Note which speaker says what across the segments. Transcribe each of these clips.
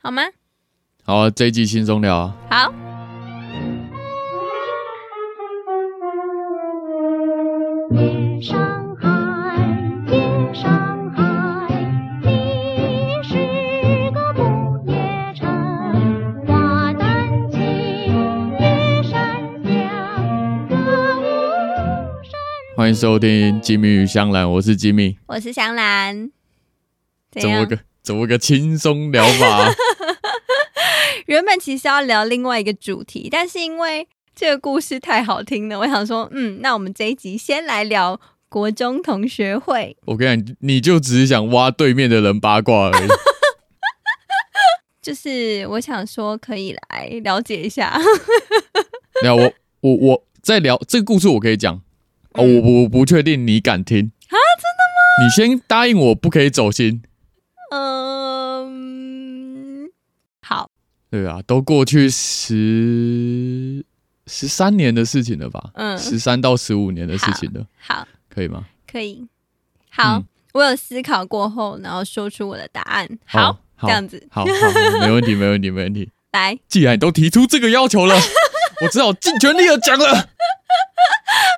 Speaker 1: 好吗？
Speaker 2: 好啊，这一集轻松聊啊。
Speaker 1: 好，
Speaker 3: 夜上海，夜上海，你是个木叶城。花淡尽，夜山香，歌舞升。
Speaker 2: 欢迎收听《吉米与香兰》，我是吉米。
Speaker 1: 我是香兰。怎
Speaker 2: 怎么
Speaker 1: 样？
Speaker 2: 个怎么个轻松聊法 啊、
Speaker 1: 原本其实要聊另外一个主题，但是因为这个故事太好听了，我 想说，嗯，那我们这一集先来聊国中同学会。
Speaker 2: 我跟你讲，你就只是想挖对面的人八卦而已。
Speaker 1: 就是我想说，可以来了解一下。
Speaker 2: 那我我我在聊这个故事，我可以讲哦，
Speaker 1: 嗯
Speaker 2: 我不我不确定你敢听啊？真的吗？你先答应我，不可以走心，
Speaker 1: 嗯，好，
Speaker 2: 对啊，都过去十十三年的事情了吧？
Speaker 1: 嗯
Speaker 2: 十三到十五年的事情了，
Speaker 1: 好，
Speaker 2: 可以吗？
Speaker 1: 可以，好，
Speaker 2: 嗯
Speaker 1: 我有思考过后，然后说出我的答案。好，
Speaker 2: 哦好
Speaker 1: 这样子
Speaker 2: 好，好，好没问题，没问题，没问题。
Speaker 1: 来，
Speaker 2: 既然你都提出这个要 求了，我只好尽全力的讲了。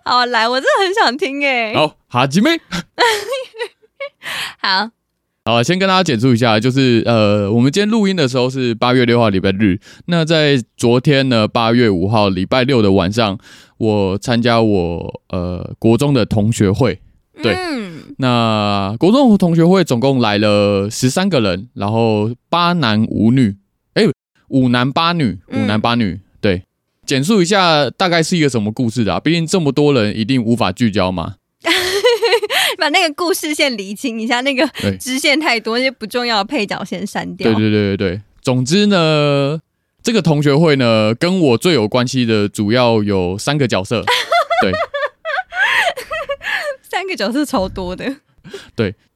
Speaker 1: 好哦来，我真的很想听哎。
Speaker 2: 好，哈吉妹，
Speaker 1: 好，
Speaker 2: 好，先跟大家简述一下，就是呃，我们今天录音的时候是八月六号礼拜日。那在昨天呢，八月五号礼拜六的晚上，我参加我呃国中的同学会。对
Speaker 1: 嗯
Speaker 2: 那国中同学会总共来了十三个人，然后八男五女，哎、五男八女，五
Speaker 1: 嗯
Speaker 2: 男八女，对。简述一下大概是一个什么故事的、啊，毕竟这么多人一定无法聚焦嘛。
Speaker 1: 把那个故事线理清一下，那个
Speaker 2: 对
Speaker 1: 支线太多，那些不重要的配角先删掉。
Speaker 2: 对对对对对，总之呢，这个同学会呢，跟我最有关系的主要有三个 角色，
Speaker 1: 三个角色超多 的。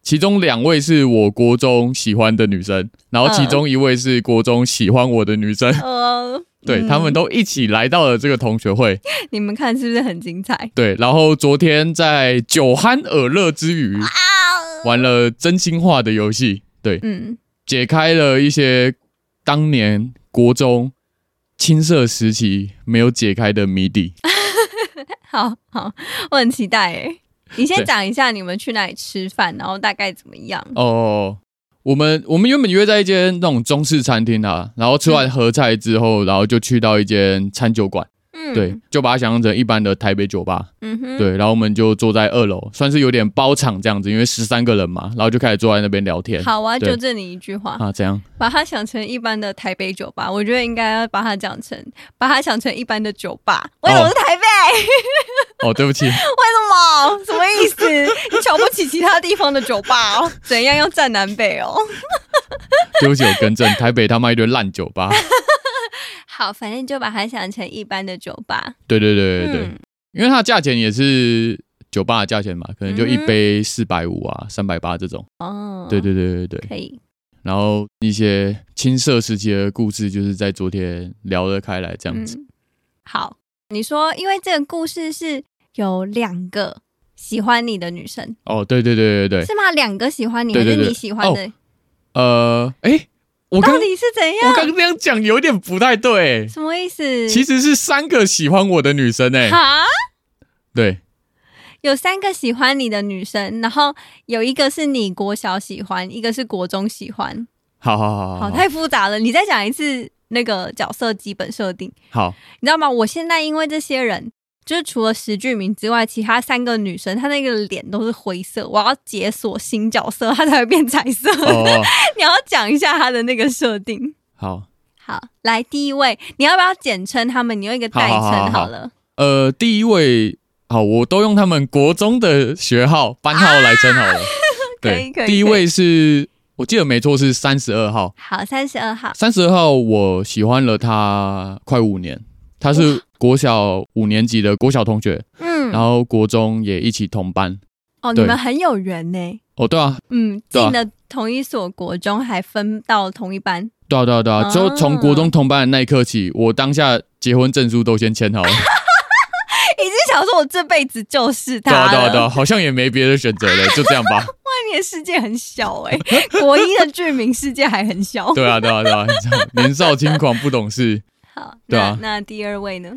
Speaker 2: 其中两位是我国中喜欢的女生，然后其
Speaker 1: 嗯
Speaker 2: 中一位是国中喜欢我的女生，
Speaker 1: 呃，
Speaker 2: 对
Speaker 1: 嗯
Speaker 2: 他们都一起来到了这个同学会。
Speaker 1: 你们看是不是很精彩？
Speaker 2: 对，然后昨天在酒酣耳热之余，
Speaker 1: 哦
Speaker 2: 玩了真心话的游戏，对，
Speaker 1: 嗯，
Speaker 2: 解开了一些当年国中青涩时期没有解开的谜底。
Speaker 1: 好好，我很期待哎。你先
Speaker 2: 对
Speaker 1: 讲一下你们去哪里吃饭，然后大概怎么样？
Speaker 2: 哦，我们我们原本约在一间那种中式餐厅啊，然后吃完合菜之后，然后就去到一间餐酒馆，
Speaker 1: 嗯，
Speaker 2: 对，，就把它想象成一般的台北酒吧，
Speaker 1: 嗯哼，
Speaker 2: 对，然后我们就坐在二楼，算是有点包场这样子，因为十三个人嘛，然后就开始坐在那边聊天。
Speaker 1: 好啊，
Speaker 2: 对
Speaker 1: 纠正你一句话，
Speaker 2: 啊，怎样？
Speaker 1: 把它想成一般的台北酒吧，我觉得应该要把它讲成，把它想成一般的酒吧。为什么是台北？
Speaker 2: 哦，对不起，
Speaker 1: 为什么？什么意思？你瞧不起其他地方的酒吧 哦？怎样要站南北哦？
Speaker 2: 对不起，我更正，台北他妈一堆烂酒吧。
Speaker 1: 好，反正就把它想成一般的酒吧。
Speaker 2: 对对对对对，
Speaker 1: 嗯
Speaker 2: 因为它的价钱也是酒吧的价钱嘛，可能就一杯四百五啊、三百八这种。
Speaker 1: 嗯哦，
Speaker 2: 对，对对对对。
Speaker 1: 可以。
Speaker 2: 然后一些青涩时期的故事，就是在昨天聊得开来这样子。
Speaker 1: 嗯，好，你说，因为这个故事是有两个喜欢你的女生，
Speaker 2: 哦，对对对对对，
Speaker 1: 是吗？两个喜欢你，
Speaker 2: 对对
Speaker 1: 还
Speaker 2: 对
Speaker 1: 是你喜欢的？
Speaker 2: 呃，哎，我刚
Speaker 1: 到
Speaker 2: 我
Speaker 1: 底是怎样？
Speaker 2: 刚这样讲有点不太对，
Speaker 1: 什么意思？
Speaker 2: 其实是三个喜欢我的女生哎，
Speaker 1: 哈。
Speaker 2: 对
Speaker 1: 有三个喜欢你的女生，然后有一个是你国小喜欢，一个是国中喜欢。
Speaker 2: 好好好
Speaker 1: 好，
Speaker 2: 好
Speaker 1: 太复杂了，你再讲一次那个角色基本设定，
Speaker 2: 好，
Speaker 1: 你知道吗？我现在因为这些人，就是除了石俊明之外，其他三个女生她那个脸都是灰色，我要解锁新角色，她才会变彩色。
Speaker 2: 好哦 哦
Speaker 1: 你要讲一下她的那个设定。
Speaker 2: 好，
Speaker 1: 好，来第一位，你要不要简称他们？你用一个代
Speaker 2: 好好好
Speaker 1: 称
Speaker 2: 好
Speaker 1: 好了。
Speaker 2: 呃，第一位，好，我都用他们国中的学号班号来称 好了。
Speaker 1: 可以
Speaker 2: 对
Speaker 1: 可以，
Speaker 2: 第一位是我记得没错是三十二号，
Speaker 1: 好，三十二号，
Speaker 2: 三十二号我喜欢了他快五年，他是国小五年级的国小同学，
Speaker 1: 嗯，
Speaker 2: 然后国中也一起同班。
Speaker 1: 哦，你
Speaker 2: 对
Speaker 1: 们很有缘呢、
Speaker 2: 哦，对啊，
Speaker 1: 嗯，
Speaker 2: 对啊
Speaker 1: 进了同一所国中，还分到同一班，
Speaker 2: 对啊，对啊，对啊，就从国中同班的那一刻起，我当下结婚证书都先签好 了。
Speaker 1: 已经想说我这辈子就是
Speaker 2: 对
Speaker 1: 他
Speaker 2: 啊，
Speaker 1: 了。啊
Speaker 2: 对啊，对啊，好像也没别的选择了，就这样吧。
Speaker 1: 哇，业世界很小哎、 国一的剧名世界还很小。
Speaker 2: 对啊，对啊，对啊，你知道年少轻狂不懂事。
Speaker 1: 好，
Speaker 2: 对
Speaker 1: 那、
Speaker 2: 啊
Speaker 1: 那第二位呢？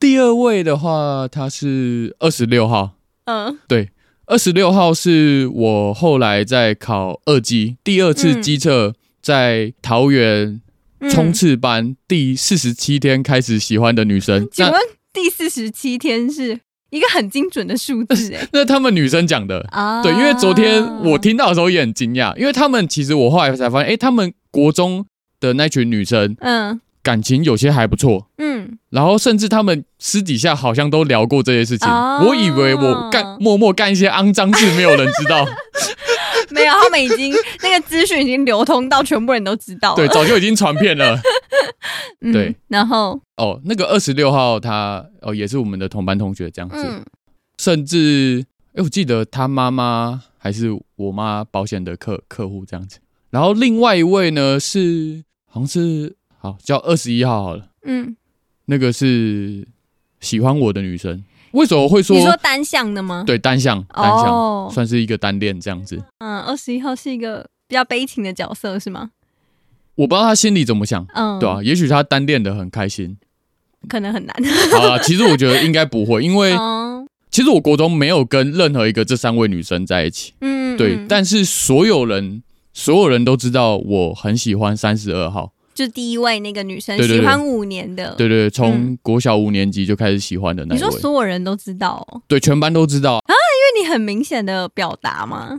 Speaker 2: 第二位的话，他是二十六号，
Speaker 1: 嗯
Speaker 2: 对，二十六号是我后来在考二机第二次
Speaker 1: 嗯
Speaker 2: 机测，在桃园
Speaker 1: 嗯
Speaker 2: 冲刺班第四十七天开始喜欢的女生。
Speaker 1: 请
Speaker 2: 那
Speaker 1: 问第四十七天是一个很精准的数字哎、
Speaker 2: 那他们女生讲的，
Speaker 1: 啊
Speaker 2: 对，因为昨天我听到的时候也很惊讶，因为他们其实我后来才发现，诶，他们国中的那群女生
Speaker 1: 嗯
Speaker 2: 感情有些还不错，
Speaker 1: 嗯
Speaker 2: 然后甚至他们私底下好像都聊过这些事情。
Speaker 1: 哦
Speaker 2: 我以为我干默默干一些肮脏事，没有人知 道，
Speaker 1: 没有，他们已经那个资讯已经流通到全部人都知道了。
Speaker 2: 对，早就已经传遍了。
Speaker 1: 嗯
Speaker 2: 对
Speaker 1: 然后
Speaker 2: 哦，那个二十六号他哦也是我们的同班同学这样子，
Speaker 1: 嗯
Speaker 2: 甚至哎，我记得他妈妈还是我妈保险的客客户这样子。然后另外一位呢是好像是好叫二十一号好了，
Speaker 1: 嗯，
Speaker 2: 那个是喜欢我的女生。为什么会说
Speaker 1: 你说单向的吗？，
Speaker 2: 对单向单向、
Speaker 1: 哦
Speaker 2: 算是一个单恋这样子？
Speaker 1: 嗯，二十一号是一个比较悲情的角色是吗？
Speaker 2: 我不知道他心里怎么想，
Speaker 1: 嗯，
Speaker 2: 对啊，也许他单恋的很 开心。
Speaker 1: 可能很难。
Speaker 2: 好啦，其实我觉得应该不会，因为
Speaker 1: 哦
Speaker 2: 其实我国中没有跟任何一个这三位女生在一起，
Speaker 1: 嗯，
Speaker 2: 对，
Speaker 1: 嗯
Speaker 2: 但是所有人所有人都知道我很喜欢三十二号，
Speaker 1: 就第一位那个女生
Speaker 2: 对对对
Speaker 1: 喜欢五年的，
Speaker 2: 对对对，从国小五年级就开始喜欢的那
Speaker 1: 嗯你
Speaker 2: 一
Speaker 1: 说
Speaker 2: 位，
Speaker 1: 所有人都知道、哦，
Speaker 2: 对，全班都知道啊，
Speaker 1: 因为你很明显的表达嘛，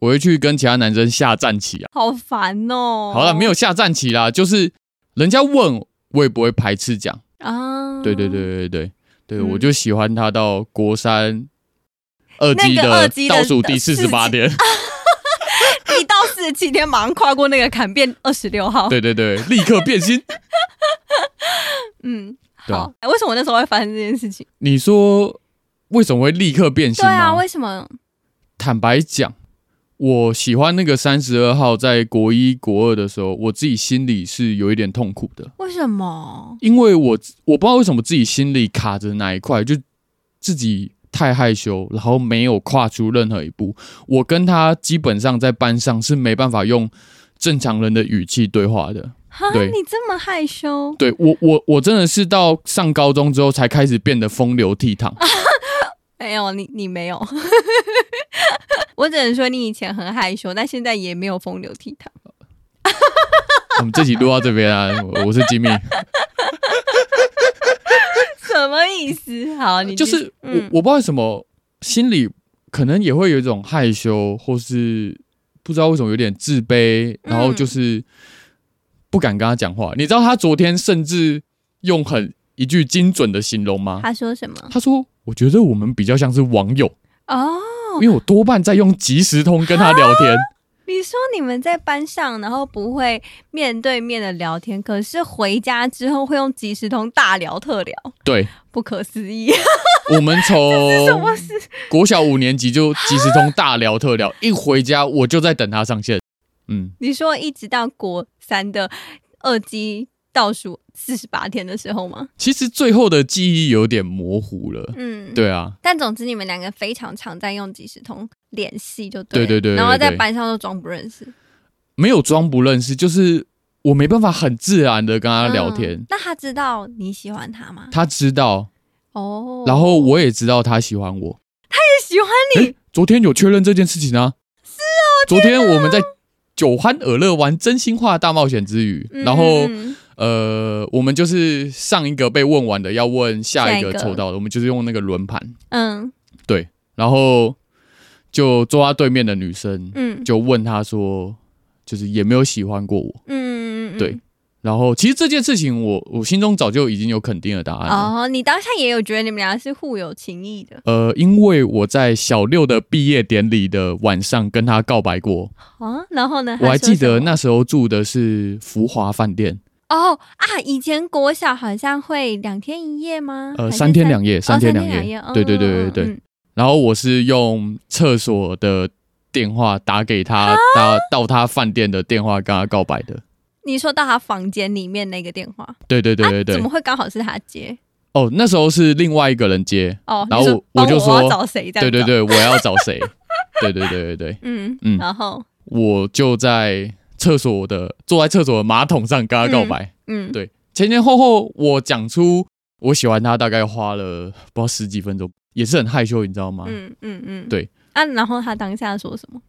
Speaker 2: 我会去跟其他男生下战棋啊，
Speaker 1: 好烦哦。
Speaker 2: 好了，没有下战棋啦，就是人家问我也不会排斥讲。
Speaker 1: 啊，
Speaker 2: 对对，对对对对，
Speaker 1: 嗯
Speaker 2: 我就喜欢他到国三二
Speaker 1: 那
Speaker 2: 级
Speaker 1: 个
Speaker 2: 的
Speaker 1: 二级的
Speaker 2: 倒数第
Speaker 1: 四
Speaker 2: 四
Speaker 1: 级哦
Speaker 2: 十八天。
Speaker 1: 一到四十七天马上跨过那个坎，变二十六号。
Speaker 2: 对对对，立刻变心。
Speaker 1: 嗯，
Speaker 2: 对啊
Speaker 1: 好，哎为什么那时候会发生这件事情？
Speaker 2: 你说为什么会立刻变心
Speaker 1: 对啊，
Speaker 2: 吗
Speaker 1: 为？什么？
Speaker 2: 坦白讲，我喜欢那个三十二号，在国一国二的时候，我自己心里是有一点痛苦的，
Speaker 1: 为什么？
Speaker 2: 因为我我不知道为什么自己心里卡着哪一块，就自己。太害羞，然后没有跨出任何一步。我跟他基本上在班上是没办法用正常人的语气对话的。
Speaker 1: 哈，
Speaker 2: 对
Speaker 1: 你这么害羞，
Speaker 2: 对我，我我真的是到上高中之后才开始变得风流倜傥。
Speaker 1: 没有你，你没有。 我只能说你以前很害羞，但现在也没有风流倜傥。
Speaker 2: 我们这集录到这边啊，我我是吉米，
Speaker 1: 什么意思？好，你
Speaker 2: 就
Speaker 1: 继续
Speaker 2: 是我
Speaker 1: 嗯
Speaker 2: 我不知道为什么心里可能也会有一种害羞，或是不知道为什么有点自卑，然后就是不敢跟他讲话。你知道他昨天甚至用很一句精准的形容吗？
Speaker 1: 他说什么？
Speaker 2: 他说：“我觉得我们比较像是网友，
Speaker 1: 哦，
Speaker 2: 因为我多半在用即时通跟他聊天。”
Speaker 1: 你说你们在班上，然后不会面对面的聊天，可是回家之后会用即时通大聊特聊，
Speaker 2: 对，
Speaker 1: 不可思议！
Speaker 2: 我们从
Speaker 1: 我是
Speaker 2: 国小五年级就即时通大聊特聊，一回家我就在等他上线。嗯，
Speaker 1: 你说一直到国三的二级倒数四十八天的时候吗？
Speaker 2: 其实最后的记忆有点模糊了。
Speaker 1: 嗯，。
Speaker 2: 对啊，
Speaker 1: 但总之，你们两个非常常在用即时通联系，就了
Speaker 2: 对对对对
Speaker 1: 然后在
Speaker 2: 对
Speaker 1: 班上都装不认识，
Speaker 2: 没有装不认识，就是我没办法很自然的跟他聊天。
Speaker 1: 嗯那他知道你喜欢他吗？
Speaker 2: 他知道，
Speaker 1: 哦，
Speaker 2: 然后我也知道他喜欢我。
Speaker 1: 喜欢
Speaker 2: 诶昨天有确认这件事情啊？是哦。昨天我们在酒酣耳乐玩真心话大冒险之余，
Speaker 1: 你，
Speaker 2: 然后
Speaker 1: 嗯
Speaker 2: 呃，我们就是上一个被问完的要问下一
Speaker 1: 下
Speaker 2: 个
Speaker 1: 一个
Speaker 2: 抽到的，我们就是用那个轮盘。
Speaker 1: 嗯
Speaker 2: 对，然后就坐他对面的女生
Speaker 1: 嗯
Speaker 2: 就问他说，就是也没有喜欢过我。
Speaker 1: 嗯，嗯
Speaker 2: 对。然后其实这件事情我，我心中早就已经有肯定的答案了。
Speaker 1: 哦，你当下也有觉得你们俩是互有情谊的
Speaker 2: 呃，因为我在小六的毕业典礼的晚上跟他告 白过，
Speaker 1: 啊？然后呢？
Speaker 2: 我
Speaker 1: 他
Speaker 2: 还
Speaker 1: 说
Speaker 2: 记得
Speaker 1: 什么
Speaker 2: 那时候住的是福华饭店，
Speaker 1: 哦啊，以前国小好像会两天一夜吗？还
Speaker 2: 呃，
Speaker 1: 是
Speaker 2: 三天两夜，
Speaker 1: 哦三
Speaker 2: 天两
Speaker 1: 夜。
Speaker 2: 夜
Speaker 1: 哦，
Speaker 2: 对对对对对。
Speaker 1: 嗯
Speaker 2: 然后我是用厕所的电话打给他，
Speaker 1: 啊
Speaker 2: 打到他饭店的电话跟他告白的。
Speaker 1: 你说到他房间里面那个电话，
Speaker 2: 对对对对
Speaker 1: 啊
Speaker 2: 对
Speaker 1: 怎么。会刚好是他接？
Speaker 2: 哦，那时候是另外一个人接，
Speaker 1: 哦，
Speaker 2: 然后
Speaker 1: 你
Speaker 2: 我我就
Speaker 1: 帮我
Speaker 2: 说
Speaker 1: 要找谁这样？哦
Speaker 2: 对对，对，我要找谁？对对对对对，
Speaker 1: 嗯
Speaker 2: 嗯
Speaker 1: 然后
Speaker 2: 我就在厕所的坐在厕所的马桶上跟他告白。
Speaker 1: 嗯
Speaker 2: 对前前后后我讲出我喜欢他，大概花了不知道十几分钟，也是很害羞，你知道吗？
Speaker 1: 嗯嗯嗯，
Speaker 2: 对
Speaker 1: 啊，然后他当下说什么？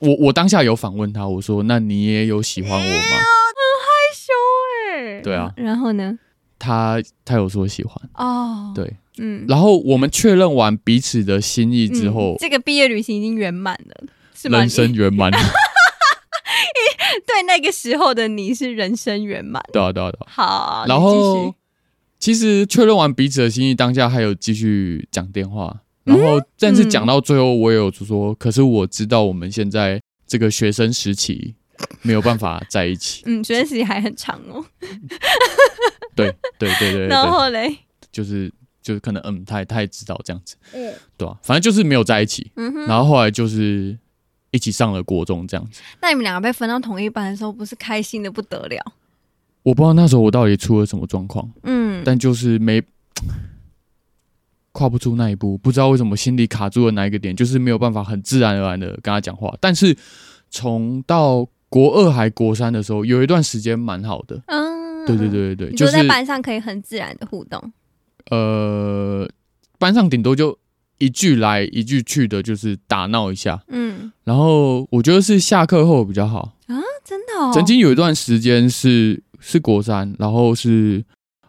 Speaker 2: 我我当下有反问他，我说：“那你也有喜欢我吗
Speaker 1: 嗯害羞哎、
Speaker 2: 对啊
Speaker 1: 然后呢？？”
Speaker 2: 他他有说喜欢，
Speaker 1: 哦，，
Speaker 2: 对。
Speaker 1: 嗯，
Speaker 2: 然后我们确认完彼此的心意之
Speaker 1: 嗯
Speaker 2: 后，
Speaker 1: 这个毕业旅行已经圆满了，是吗？
Speaker 2: 人生
Speaker 1: 你
Speaker 2: 圆满。
Speaker 1: 对那个时候的你是人生圆满。
Speaker 2: 对啊，对啊，对啊。
Speaker 1: 好，
Speaker 2: 然
Speaker 1: 你继续。
Speaker 2: 后其实确认完彼此的心意，当下还有继续讲电话。然后，但是讲到最后，我也有说，可是我知道我们现在这个学生时期没有办法在一起
Speaker 1: 嗯，觉得自己还很长哦。
Speaker 2: 对，对，对，对，对
Speaker 1: 然
Speaker 2: 对，
Speaker 1: 后嘞，
Speaker 2: 就是就是可能嗯，他也他也知道这样子，对啊，反正就是没有在一起。
Speaker 1: 嗯哼，
Speaker 2: 然后后来就是一起上了国中这样子。
Speaker 1: 那你们两个被分到同一班的时候，不是开心的不得了？
Speaker 2: 我不知道那时候我到底出了什么状况，
Speaker 1: 嗯，
Speaker 2: 但就是没跨不出那一步，不知道为什么心里卡住了哪一个点，就是没有办法很自然而然的跟他讲话。但是从到国二还国三的时候，有一段时间蛮好的。
Speaker 1: 嗯，
Speaker 2: 对对，对对对，
Speaker 1: 你
Speaker 2: 就
Speaker 1: 就是在班上可以很自然的互动。
Speaker 2: 呃，班上顶多就一句来一句去的，就是打闹一下。
Speaker 1: 嗯，
Speaker 2: 然后我觉得是下课后比较好，
Speaker 1: 那真的哦，
Speaker 2: 曾经有一段时间是是国三，然后是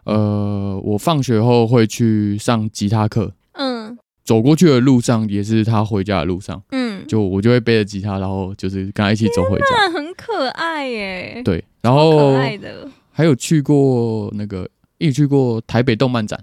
Speaker 2: 呃，我放学后会去上吉他课，
Speaker 1: 嗯
Speaker 2: 走过去的路上也是他回家的路上，
Speaker 1: 嗯，
Speaker 2: 就我就会背着吉他，然后就是跟他一起走回家。
Speaker 1: 那很可爱耶，
Speaker 2: 对，然
Speaker 1: 可
Speaker 2: 后
Speaker 1: 爱的
Speaker 2: 还有去过那个一起去过台北动漫展，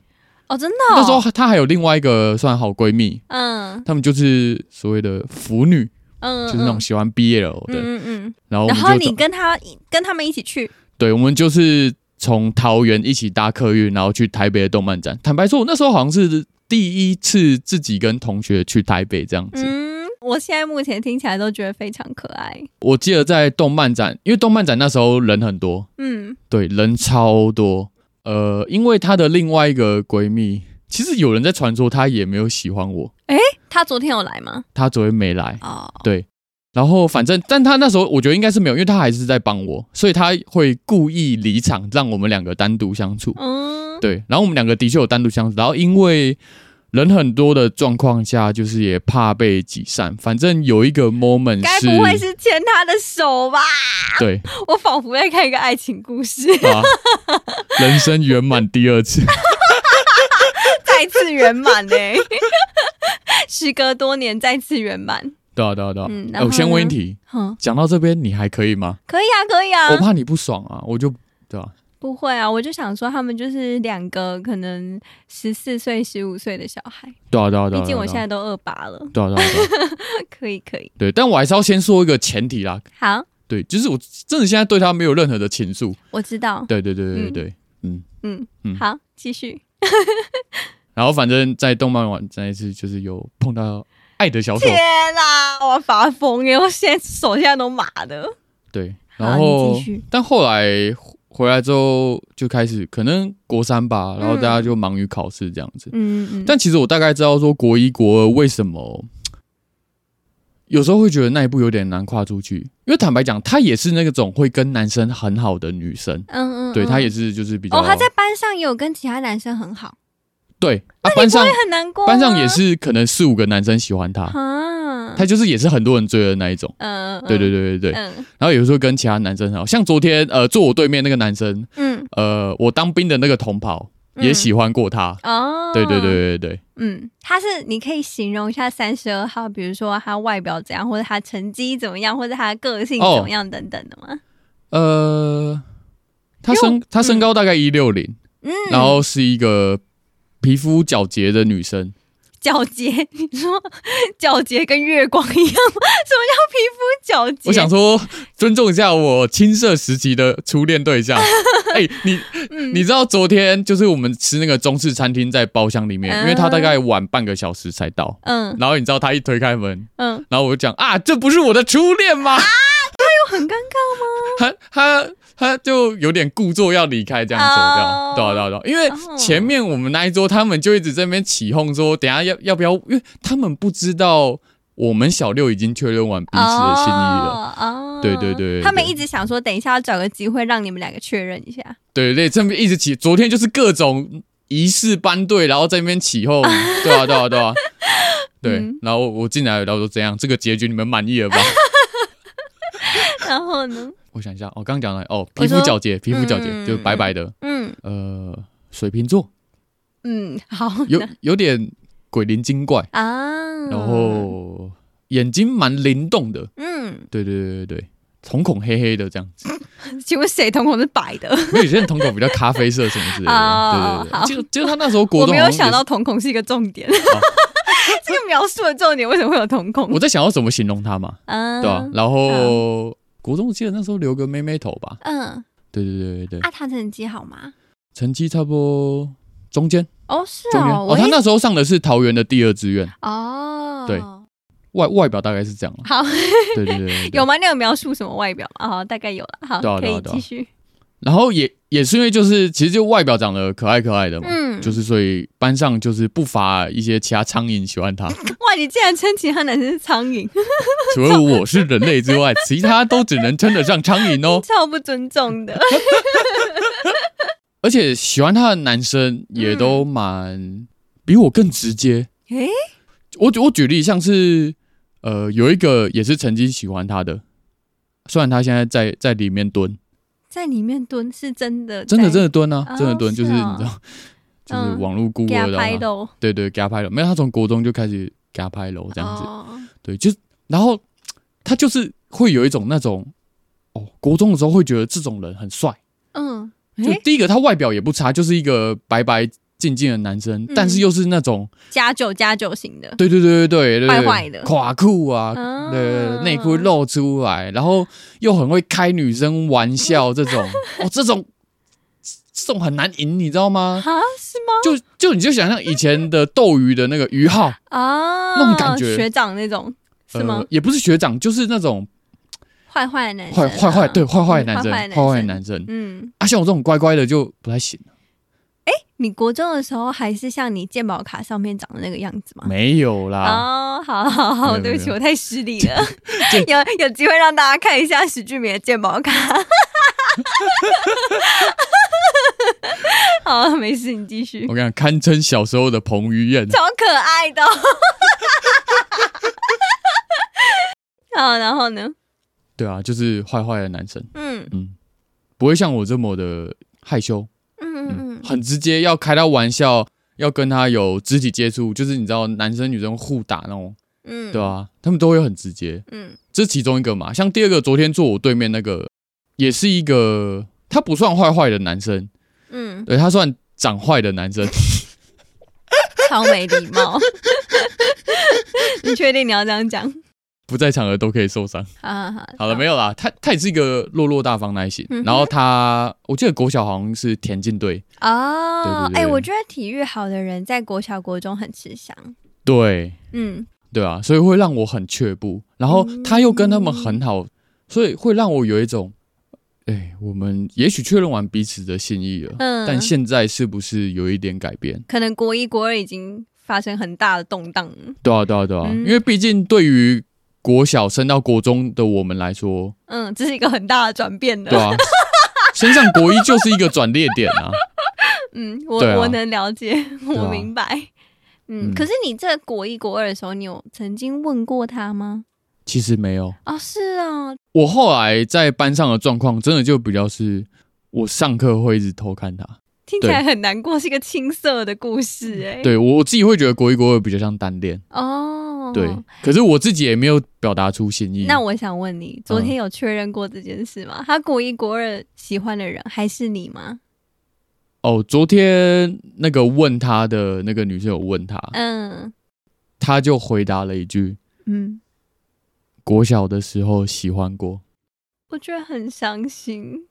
Speaker 1: 哦，真的哦。
Speaker 2: 那时候她还有另外一个算好闺蜜，
Speaker 1: 嗯
Speaker 2: 她们就是所谓的腐女，
Speaker 1: 嗯，
Speaker 2: 就是那种喜欢 BL 的，
Speaker 1: 嗯嗯嗯
Speaker 2: 然后
Speaker 1: 嗯。
Speaker 2: 我
Speaker 1: 然后
Speaker 2: 们就
Speaker 1: 你
Speaker 2: 走
Speaker 1: 跟他一跟他们一起去，
Speaker 2: 对，我们就是从桃园一起搭客运，然后去台北的动漫展。坦白说，我那时候好像是第一次自己跟同学去台北这样子。
Speaker 1: 嗯，我现在目前听起来都觉得非常可爱。
Speaker 2: 我记得在动漫展，因为动漫展那时候人很多，
Speaker 1: 嗯，
Speaker 2: 对，人超多。呃，因为她的另外一个闺蜜，其实有人在传说她也没有喜欢我，
Speaker 1: 他昨天有来吗？
Speaker 2: 她昨天没来。
Speaker 1: 哦，
Speaker 2: 对，然后反正，但她那时候我觉得应该是没有，因为她还是在帮我，所以她会故意离场，让我们两个单独相处。
Speaker 1: 嗯，
Speaker 2: 对，然后我们两个的确有单独相处，然后因为人很多的状况下，就是也怕被挤散。反正有一个 moment
Speaker 1: 该
Speaker 2: 是，
Speaker 1: 不会是牵他的手吧？
Speaker 2: 对
Speaker 1: 我仿佛在看一个爱情故事，
Speaker 2: 啊，人生圆满第二次。
Speaker 1: 再次圆满呢。 时隔多年，再次圆满。
Speaker 2: 对啊，对啊，对啊。
Speaker 1: 嗯
Speaker 2: 哎
Speaker 1: 然后
Speaker 2: 我先问一
Speaker 1: 呢
Speaker 2: 题，
Speaker 1: 哼，
Speaker 2: 讲到这边你还可以吗？
Speaker 1: 可以啊，可以啊。
Speaker 2: 我怕你不爽啊，我就对啊，
Speaker 1: 不会啊，我就想说，他们就是两个可能十四岁、十五岁的小孩，
Speaker 2: 对啊，对啊，对
Speaker 1: 毕
Speaker 2: 啊。
Speaker 1: 竟我
Speaker 2: 对啊
Speaker 1: 现在都二八了，
Speaker 2: 对啊，对啊，对啊 对啊
Speaker 1: 可以，可以。
Speaker 2: 对，但我还是要先说一个前提啦，
Speaker 1: 好，
Speaker 2: 对，就是我真的现在对他没有任何的情愫。
Speaker 1: 我知道。
Speaker 2: 对，对，对，对，对
Speaker 1: 嗯
Speaker 2: 对。嗯
Speaker 1: 嗯，
Speaker 2: 嗯
Speaker 1: 好，继续。
Speaker 2: 然后反正，在动漫晚那一次，就是有碰到爱的小手，
Speaker 1: 天哪、我发疯耶！我现在手现在都麻的。
Speaker 2: 对，
Speaker 1: 好
Speaker 2: 然
Speaker 1: 你
Speaker 2: 后
Speaker 1: 继续
Speaker 2: 但后来回回来之后就开始，可能国三吧，然后
Speaker 1: 嗯
Speaker 2: 大家就忙于考试这样子。
Speaker 1: 嗯嗯，
Speaker 2: 但其实我大概知道说国一国二为什么有时候会觉得那一步有点难跨出去，因为坦白讲，她也是那种会跟男生很好的女生，
Speaker 1: 嗯嗯，
Speaker 2: 对
Speaker 1: 嗯
Speaker 2: 她也是就是比较
Speaker 1: 哦，他在班上也有跟其他男生很好，
Speaker 2: 对啊班上
Speaker 1: 很啊难过吗。
Speaker 2: 班上也是可能四五个男生喜欢她，
Speaker 1: 啊，
Speaker 2: 她就是也是很多人追的那一种。
Speaker 1: 嗯，嗯
Speaker 2: 对对对对对，
Speaker 1: 嗯
Speaker 2: 然后有时候跟其他男生很好，像昨天呃坐我对面那个男生，
Speaker 1: 嗯
Speaker 2: 呃，我当兵的那个同袍
Speaker 1: 嗯
Speaker 2: 也喜欢过他。
Speaker 1: 哦，
Speaker 2: 对对，对对对，
Speaker 1: 嗯，他是你可以形容一下三十二号，比如说他外表怎样，或者他成绩怎么样，或者他个性
Speaker 2: 哦
Speaker 1: 怎么样等等的吗？
Speaker 2: 呃，他
Speaker 1: 因
Speaker 2: 身
Speaker 1: 为
Speaker 2: 他身高大概一六零，
Speaker 1: 嗯，
Speaker 2: 然后是一个皮肤皎洁的女生，
Speaker 1: 皎洁， 你说皎洁跟月光一样吗？什么叫皮肤皎洁？
Speaker 2: 我想说 尊重一下我青涩时期的初恋 对象。哎，你
Speaker 1: 嗯
Speaker 2: 你知道昨天就是我们吃那个中式餐厅在包厢里面，因为他大概晚半个小时才到，
Speaker 1: 嗯
Speaker 2: 然后你知道他一推开门，
Speaker 1: 嗯，
Speaker 2: 然后我就讲啊，这不是我的初恋吗？
Speaker 1: 很尴尬吗？
Speaker 2: 他他他就有点故作要离开，这样走
Speaker 1: 哦
Speaker 2: 掉，对啊对啊对啊，因为前面我们那一桌他们就一直在那边起哄说，等一下要要不要，因为他们不知道我们小六已经确认完彼此的心意了。
Speaker 1: 哦哦
Speaker 2: 对对对对
Speaker 1: 他们一直想说，等一下要找个机会让你们两个确认一下。
Speaker 2: 对对，这边一直起，昨天就是各种仪式班队，然后在那边起 哄，对啊对啊对啊，对。
Speaker 1: 嗯
Speaker 2: 然后我进来了，然后说怎样，这个结局你们满意 了吧？
Speaker 1: 然后呢？
Speaker 2: 我想一下，哦，刚刚讲了哦，
Speaker 1: 我
Speaker 2: 皮
Speaker 1: 说
Speaker 2: 肤皎洁，皮肤皎洁、
Speaker 1: 嗯
Speaker 2: 就白白的，
Speaker 1: 嗯
Speaker 2: 呃，水瓶座
Speaker 1: 嗯，好
Speaker 2: 有有点鬼灵精怪，
Speaker 1: 啊。
Speaker 2: 然后眼睛蛮灵动的，
Speaker 1: 嗯，
Speaker 2: 对对对对对，瞳孔黑黑的这样 子，
Speaker 1: 请问谁瞳孔是白的？
Speaker 2: 因为有些人瞳孔比较咖啡色什么之类的，
Speaker 1: 哦
Speaker 2: 对对
Speaker 1: 好
Speaker 2: 对，就就他那时候国
Speaker 1: 我
Speaker 2: 中
Speaker 1: 没
Speaker 2: 好
Speaker 1: 有
Speaker 2: 像
Speaker 1: 想
Speaker 2: 也是啊
Speaker 1: 到瞳孔是一个重点。 这个描述的重点为什么会有瞳孔？
Speaker 2: 我在想要怎么形容他嘛，
Speaker 1: 嗯，
Speaker 2: 对啊，然后国中我记得那时候留个妹妹头吧，
Speaker 1: 嗯，
Speaker 2: 对对对对对，
Speaker 1: 啊，他成绩好吗？
Speaker 2: 成绩差不多中间
Speaker 1: 哦，是
Speaker 2: 中间
Speaker 1: 哦，
Speaker 2: 哦，
Speaker 1: 我
Speaker 2: 他
Speaker 1: 一
Speaker 2: 那时候上的是桃园的第二志愿，
Speaker 1: 哦，
Speaker 2: 对外外表大概是这样啦，
Speaker 1: 好，
Speaker 2: 对对对对对
Speaker 1: 有吗？你有描述什么外表吗？好，大概有了，好，
Speaker 2: 对啊
Speaker 1: 可
Speaker 2: 对啊
Speaker 1: 以
Speaker 2: 对啊
Speaker 1: 继续。
Speaker 2: 然后也也是因为就是其实就外表长得可爱可爱的嘛，
Speaker 1: 嗯
Speaker 2: 就是所以班上就是不乏一些其他苍蝇喜欢他，
Speaker 1: 哇，你竟然称其他男生是苍蝇，
Speaker 2: 除了我是人类之外，其他都只能称得上苍蝇哦。
Speaker 1: 超不尊重 的。
Speaker 2: 而且喜欢他的男生也都蛮比我更直接。
Speaker 1: 诶，
Speaker 2: 我我举例像是呃有一个也是曾经喜欢他的，虽然他现在在在里面蹲，
Speaker 1: 在里面蹲是真的，
Speaker 2: 真的真的蹲啊，
Speaker 1: 哦
Speaker 2: 真的蹲，就是
Speaker 1: 是
Speaker 2: 你
Speaker 1: 哦
Speaker 2: 知 道，就
Speaker 1: 嗯
Speaker 2: 是网络孤
Speaker 1: 给
Speaker 2: 儿
Speaker 1: 他
Speaker 2: 的
Speaker 1: 拍哦
Speaker 2: 嘛，
Speaker 1: 喽，
Speaker 2: 对对，给他拍了，没有他从国中就开始给他拍楼这样子，
Speaker 1: 哦
Speaker 2: 对，就是然后他就是会有一种那种哦，国中的时候会觉得这种人很帅。
Speaker 1: 嗯，
Speaker 2: 就
Speaker 1: 诶，
Speaker 2: 第一个，他外表也不差，就是一个白白净净的男生，
Speaker 1: 嗯
Speaker 2: 但是又是那种
Speaker 1: 加九加九型的，
Speaker 2: 对对对对对对，
Speaker 1: 坏坏的
Speaker 2: 垮裤啊，
Speaker 1: 啊
Speaker 2: 对内裤露出来，然后又很会开女生玩笑，这种哦，这种这种很难赢，你知道吗？
Speaker 1: 啊，是吗？
Speaker 2: 就就你就想象以前的斗鱼的那个于浩，
Speaker 1: 啊，
Speaker 2: 那种感觉
Speaker 1: 学长那种是吗
Speaker 2: 呃？也不是学长，就是那种
Speaker 1: 坏坏的男生
Speaker 2: 坏
Speaker 1: 啊，
Speaker 2: 坏坏对坏坏的男生，
Speaker 1: 嗯
Speaker 2: 坏坏的男生。
Speaker 1: 嗯，
Speaker 2: 啊，像我这种乖乖的就不太行，啊
Speaker 1: 你国中的时候还是像你健保卡上面长的那个样子吗？
Speaker 2: 没有啦，
Speaker 1: 哦，好好好，
Speaker 2: 啊没有
Speaker 1: 对不起，
Speaker 2: 没有
Speaker 1: 我太失礼了。 有有机会让大家看一下史俊明的健保卡。好，没事，你继续
Speaker 2: 我。跟你讲，堪称小时候的彭于晏啊。
Speaker 1: 超可爱的哦。 好，然后呢？
Speaker 2: 对啊，就是坏坏的男生，
Speaker 1: 嗯
Speaker 2: 嗯，不会像我这么的害羞，
Speaker 1: 嗯嗯
Speaker 2: 嗯，很直接，要开他玩笑，要跟他有肢体接触，就是你知道男生女生互打那种，
Speaker 1: 嗯，
Speaker 2: 对啊，他们都会很直接，
Speaker 1: 嗯
Speaker 2: 这是其中一个嘛。像第二个，昨天坐我对面那个，也是一个他不算坏坏的男生，
Speaker 1: 嗯，
Speaker 2: 对他算长坏的男生，
Speaker 1: 超没礼貌。 你确定你要这样讲？
Speaker 2: 不在场的都可以受伤。
Speaker 1: 好好好，
Speaker 2: 好了，没有啦，他他也是一个落落大方那一型，
Speaker 1: 嗯哼
Speaker 2: 然后他我记得国小好像是田径队，
Speaker 1: 哦，
Speaker 2: 对对
Speaker 1: 哎、
Speaker 2: 对
Speaker 1: 我觉得体育好的人在国小国中很吃香。
Speaker 2: 对，
Speaker 1: 嗯
Speaker 2: 对啊，所以会让我很却步。然后他又跟他们很好，所以会让我有一种，哎，我们也许确认完彼此的心意了，
Speaker 1: 嗯，
Speaker 2: 但现在是不是有一点改变？
Speaker 1: 可能国一国二已经发生很大的动荡了。
Speaker 2: 对啊，对啊，对啊，
Speaker 1: 嗯
Speaker 2: 因为毕竟对于国小升到国中的我们来说，
Speaker 1: 嗯，这是一个很大的转变的。
Speaker 2: 对啊，升上国一就是一个转捩点啊。
Speaker 1: 嗯，我、
Speaker 2: 对啊
Speaker 1: 我能了解，我
Speaker 2: 啊
Speaker 1: 明白。嗯，
Speaker 2: 嗯
Speaker 1: 可是你这国一国二的时候，你有曾经问过他吗？
Speaker 2: 其实没有，
Speaker 1: 哦，是啊，
Speaker 2: 我后来在班上的状况真的就比较是，我上课会一直偷看他。
Speaker 1: 听起来很难过，是一个青涩的故事哎、，
Speaker 2: 对我我自己会觉得国一国二比较像单恋。
Speaker 1: 哦，
Speaker 2: 对，可是我自己也没有表达出心意。
Speaker 1: 那我想问你，昨天有确认过这件事吗？他国一国二喜欢的人还是你吗？
Speaker 2: 哦，昨天那个问他的那个女生有问他，
Speaker 1: 嗯
Speaker 2: 他就回答了一句
Speaker 1: 嗯，：“
Speaker 2: 国小的时候喜欢过。
Speaker 1: 我觉得很伤心，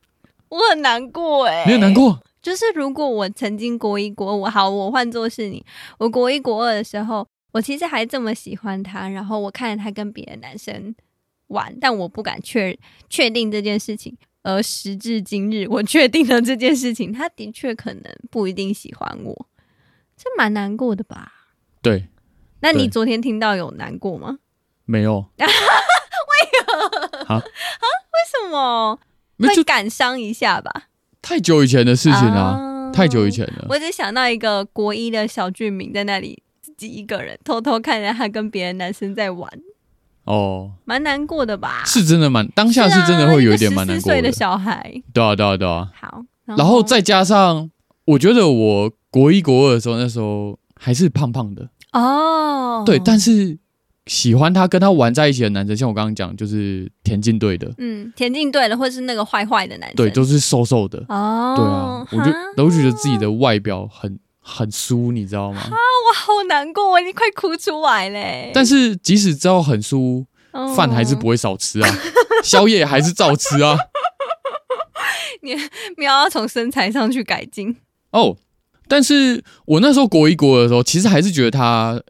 Speaker 1: 我很难过哎、”
Speaker 2: 你很难过？
Speaker 1: 就是如果我曾经国一国五，好，我换作是你，我国一国二的时候，我其实还这么喜欢他，然后我看着他跟别的男生玩，但我不敢确确定这件事情。而时至今日，我确定了这件事情，他的确可能不一定喜欢我，这蛮难过的吧？
Speaker 2: 对，
Speaker 1: 那你
Speaker 2: 对
Speaker 1: 昨天听到有难过吗？
Speaker 2: 没有，
Speaker 1: 为什么
Speaker 2: 那
Speaker 1: 会
Speaker 2: 就
Speaker 1: 感伤一下吧？
Speaker 2: 太久以前的事情啦、
Speaker 1: 啊
Speaker 2: 太久以。前了。
Speaker 1: 我只想到一个国一的小俊明在那里自己一个人偷偷看着他跟别的男生在玩，
Speaker 2: 哦，
Speaker 1: 蛮难过的吧？
Speaker 2: 是真的蛮，当下
Speaker 1: 啊
Speaker 2: 是真的会有一点蛮难
Speaker 1: 14
Speaker 2: 过
Speaker 1: 岁
Speaker 2: 的。
Speaker 1: 的小孩，
Speaker 2: 对啊，对啊，对啊。
Speaker 1: 好，
Speaker 2: 然后再加上，我觉得我国一国二的时候，那时候还是胖胖的，
Speaker 1: 哦，
Speaker 2: 对，但是喜欢他跟他玩在一起的男生，像我刚刚讲，就是田径队的，
Speaker 1: 嗯，田径队的或是那个坏坏的男生，
Speaker 2: 对，都是瘦瘦的，
Speaker 1: 哦，
Speaker 2: 对啊，我就
Speaker 1: 哈
Speaker 2: 然后觉得自己的外表很很酥，你知道吗？
Speaker 1: 我好难过，我已经快哭出来嘞。
Speaker 2: 但是即使知道很酥，
Speaker 1: 哦
Speaker 2: 饭还是不会少吃啊， 宵夜还是照吃 啊。
Speaker 1: 喵要从身材上去改进，
Speaker 2: 哦，但是我那时候国一国二的时候，其实还是觉得他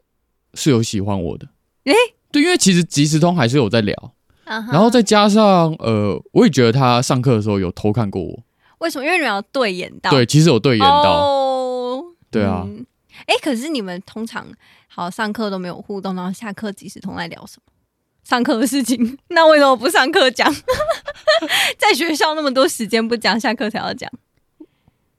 Speaker 2: 是有喜欢我的。
Speaker 1: 诶
Speaker 2: 对，因为其实即时通还是有在聊，
Speaker 1: 然
Speaker 2: 然后再加上呃，我也觉得他上课的时候有偷看过我，
Speaker 1: 为什么？因为你们要对眼到，
Speaker 2: 对，其实有对眼到，
Speaker 1: 哦，
Speaker 2: 对啊，
Speaker 1: 嗯哎、可是你们通常好上课都没有互动，然后下课即时通来聊什么？上课的事情， 那为什么不上课讲？ 在学校那么多时间不讲，下课才要讲。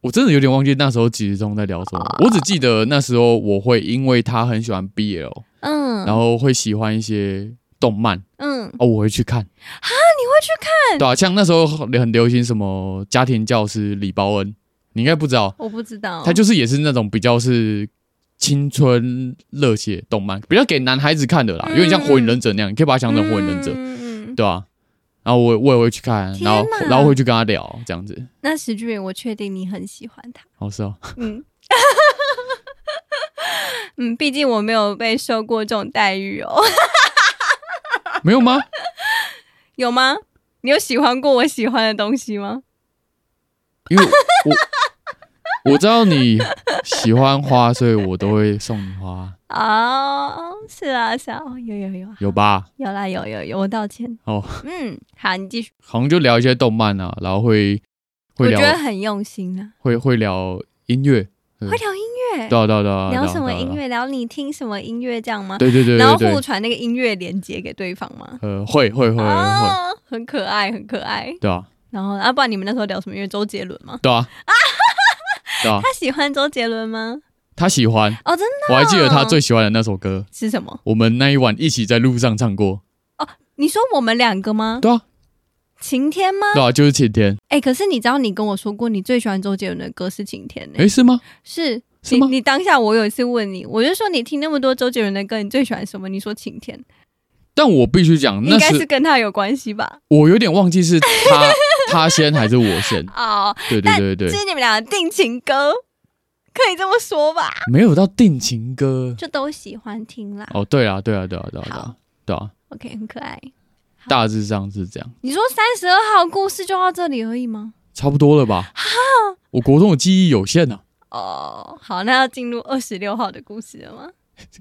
Speaker 2: 我真的有点忘记那时候即时通在聊什么，
Speaker 1: 啊
Speaker 2: 我只记得那时候我会因为他很喜欢 BL，
Speaker 1: 嗯，
Speaker 2: 然后会喜欢一些动漫
Speaker 1: 嗯，
Speaker 2: 哦，我会去看啊，你会
Speaker 1: 去
Speaker 2: 看？对啊，像那时候很流行什么家庭教师李包恩，你应该不知道，
Speaker 1: 我不知道，
Speaker 2: 他就是也是那种比较是青春热血动漫，比较给男孩子看的啦，
Speaker 1: 嗯
Speaker 2: 有点像火影忍者那样，你可以把它想成火影忍者，
Speaker 1: 嗯嗯嗯
Speaker 2: 对啊。然后我我也会去看，
Speaker 1: 天
Speaker 2: 然后
Speaker 1: 哪
Speaker 2: 然后会去跟他聊这样子。
Speaker 1: 那石俊远，我确定你很喜欢他。
Speaker 2: 哦，是哦，
Speaker 1: 嗯， 嗯，毕竟我没有被受过这种待遇哦，
Speaker 2: 没有吗？
Speaker 1: 有吗？你有喜欢过我喜欢的东西吗？
Speaker 2: 因为我我知道你喜欢花，所以我都会送你花，
Speaker 1: 哦，是啊，是啊，哦有有有
Speaker 2: 有吧？
Speaker 1: 有啦，有有有，我道歉。
Speaker 2: 哦，
Speaker 1: 嗯，好，你继续。
Speaker 2: 好像就聊一些动漫啊，然后会
Speaker 1: 我
Speaker 2: 会
Speaker 1: 觉得
Speaker 2: 聊哦嗯
Speaker 1: 很用心啊，
Speaker 2: 会会聊音乐，对
Speaker 1: 会聊音乐，
Speaker 2: 对啊对啊对啊，
Speaker 1: 聊
Speaker 2: 对啊
Speaker 1: 什么音？
Speaker 2: 对啊
Speaker 1: 乐？聊你听什么音乐这样吗？
Speaker 2: 对对对
Speaker 1: 然后
Speaker 2: 对
Speaker 1: 互
Speaker 2: 对，
Speaker 1: 传那个音乐连接给对方吗？
Speaker 2: 呃，会会会会。
Speaker 1: 啊，很可爱，很可爱。
Speaker 2: 对啊，
Speaker 1: 然后啊，不然你们那时候聊什么音乐？周杰伦吗？
Speaker 2: 对啊，对 啊，
Speaker 1: 他喜欢周杰伦吗？
Speaker 2: 他喜欢，
Speaker 1: 哦，真
Speaker 2: 我还记得他最喜欢的那首歌，
Speaker 1: 是什么？
Speaker 2: 我们那一晚一起在路上唱过。
Speaker 1: 你说我们两个吗？
Speaker 2: 对啊，
Speaker 1: 晴天吗？
Speaker 2: 对啊，就是晴天。
Speaker 1: 哎、可是你知道，你跟我说过，你最喜欢周杰伦的歌是《晴天、欸》
Speaker 2: 诶，是吗？
Speaker 1: 是
Speaker 2: 是吗
Speaker 1: 你你当下我有一次问你，我就说你听那么多周杰伦的歌，你最喜欢什么？你说《晴天》，
Speaker 2: 但我必须讲，
Speaker 1: 应
Speaker 2: 嗯那
Speaker 1: 该是
Speaker 2: 是
Speaker 1: 跟他有关系吧？
Speaker 2: 我有点忘记 是他他先还是我先。
Speaker 1: 哦，
Speaker 2: 对对对对
Speaker 1: 这
Speaker 2: 对，
Speaker 1: 是你们俩的定情歌，可以这么说吧？
Speaker 2: 没有到定情歌。
Speaker 1: 就都喜欢听啦。
Speaker 2: 哦，对啊，对啊，对啊，对啊，对
Speaker 1: 好
Speaker 2: 啊，对啊，
Speaker 1: OK，很可爱。
Speaker 2: 大致上是这样，
Speaker 1: 你说三十二号故事就到这里而已吗？
Speaker 2: 差不多了吧？我国中的记忆有限啊，
Speaker 1: 哦，好，那要进入二十六号的故事了吗？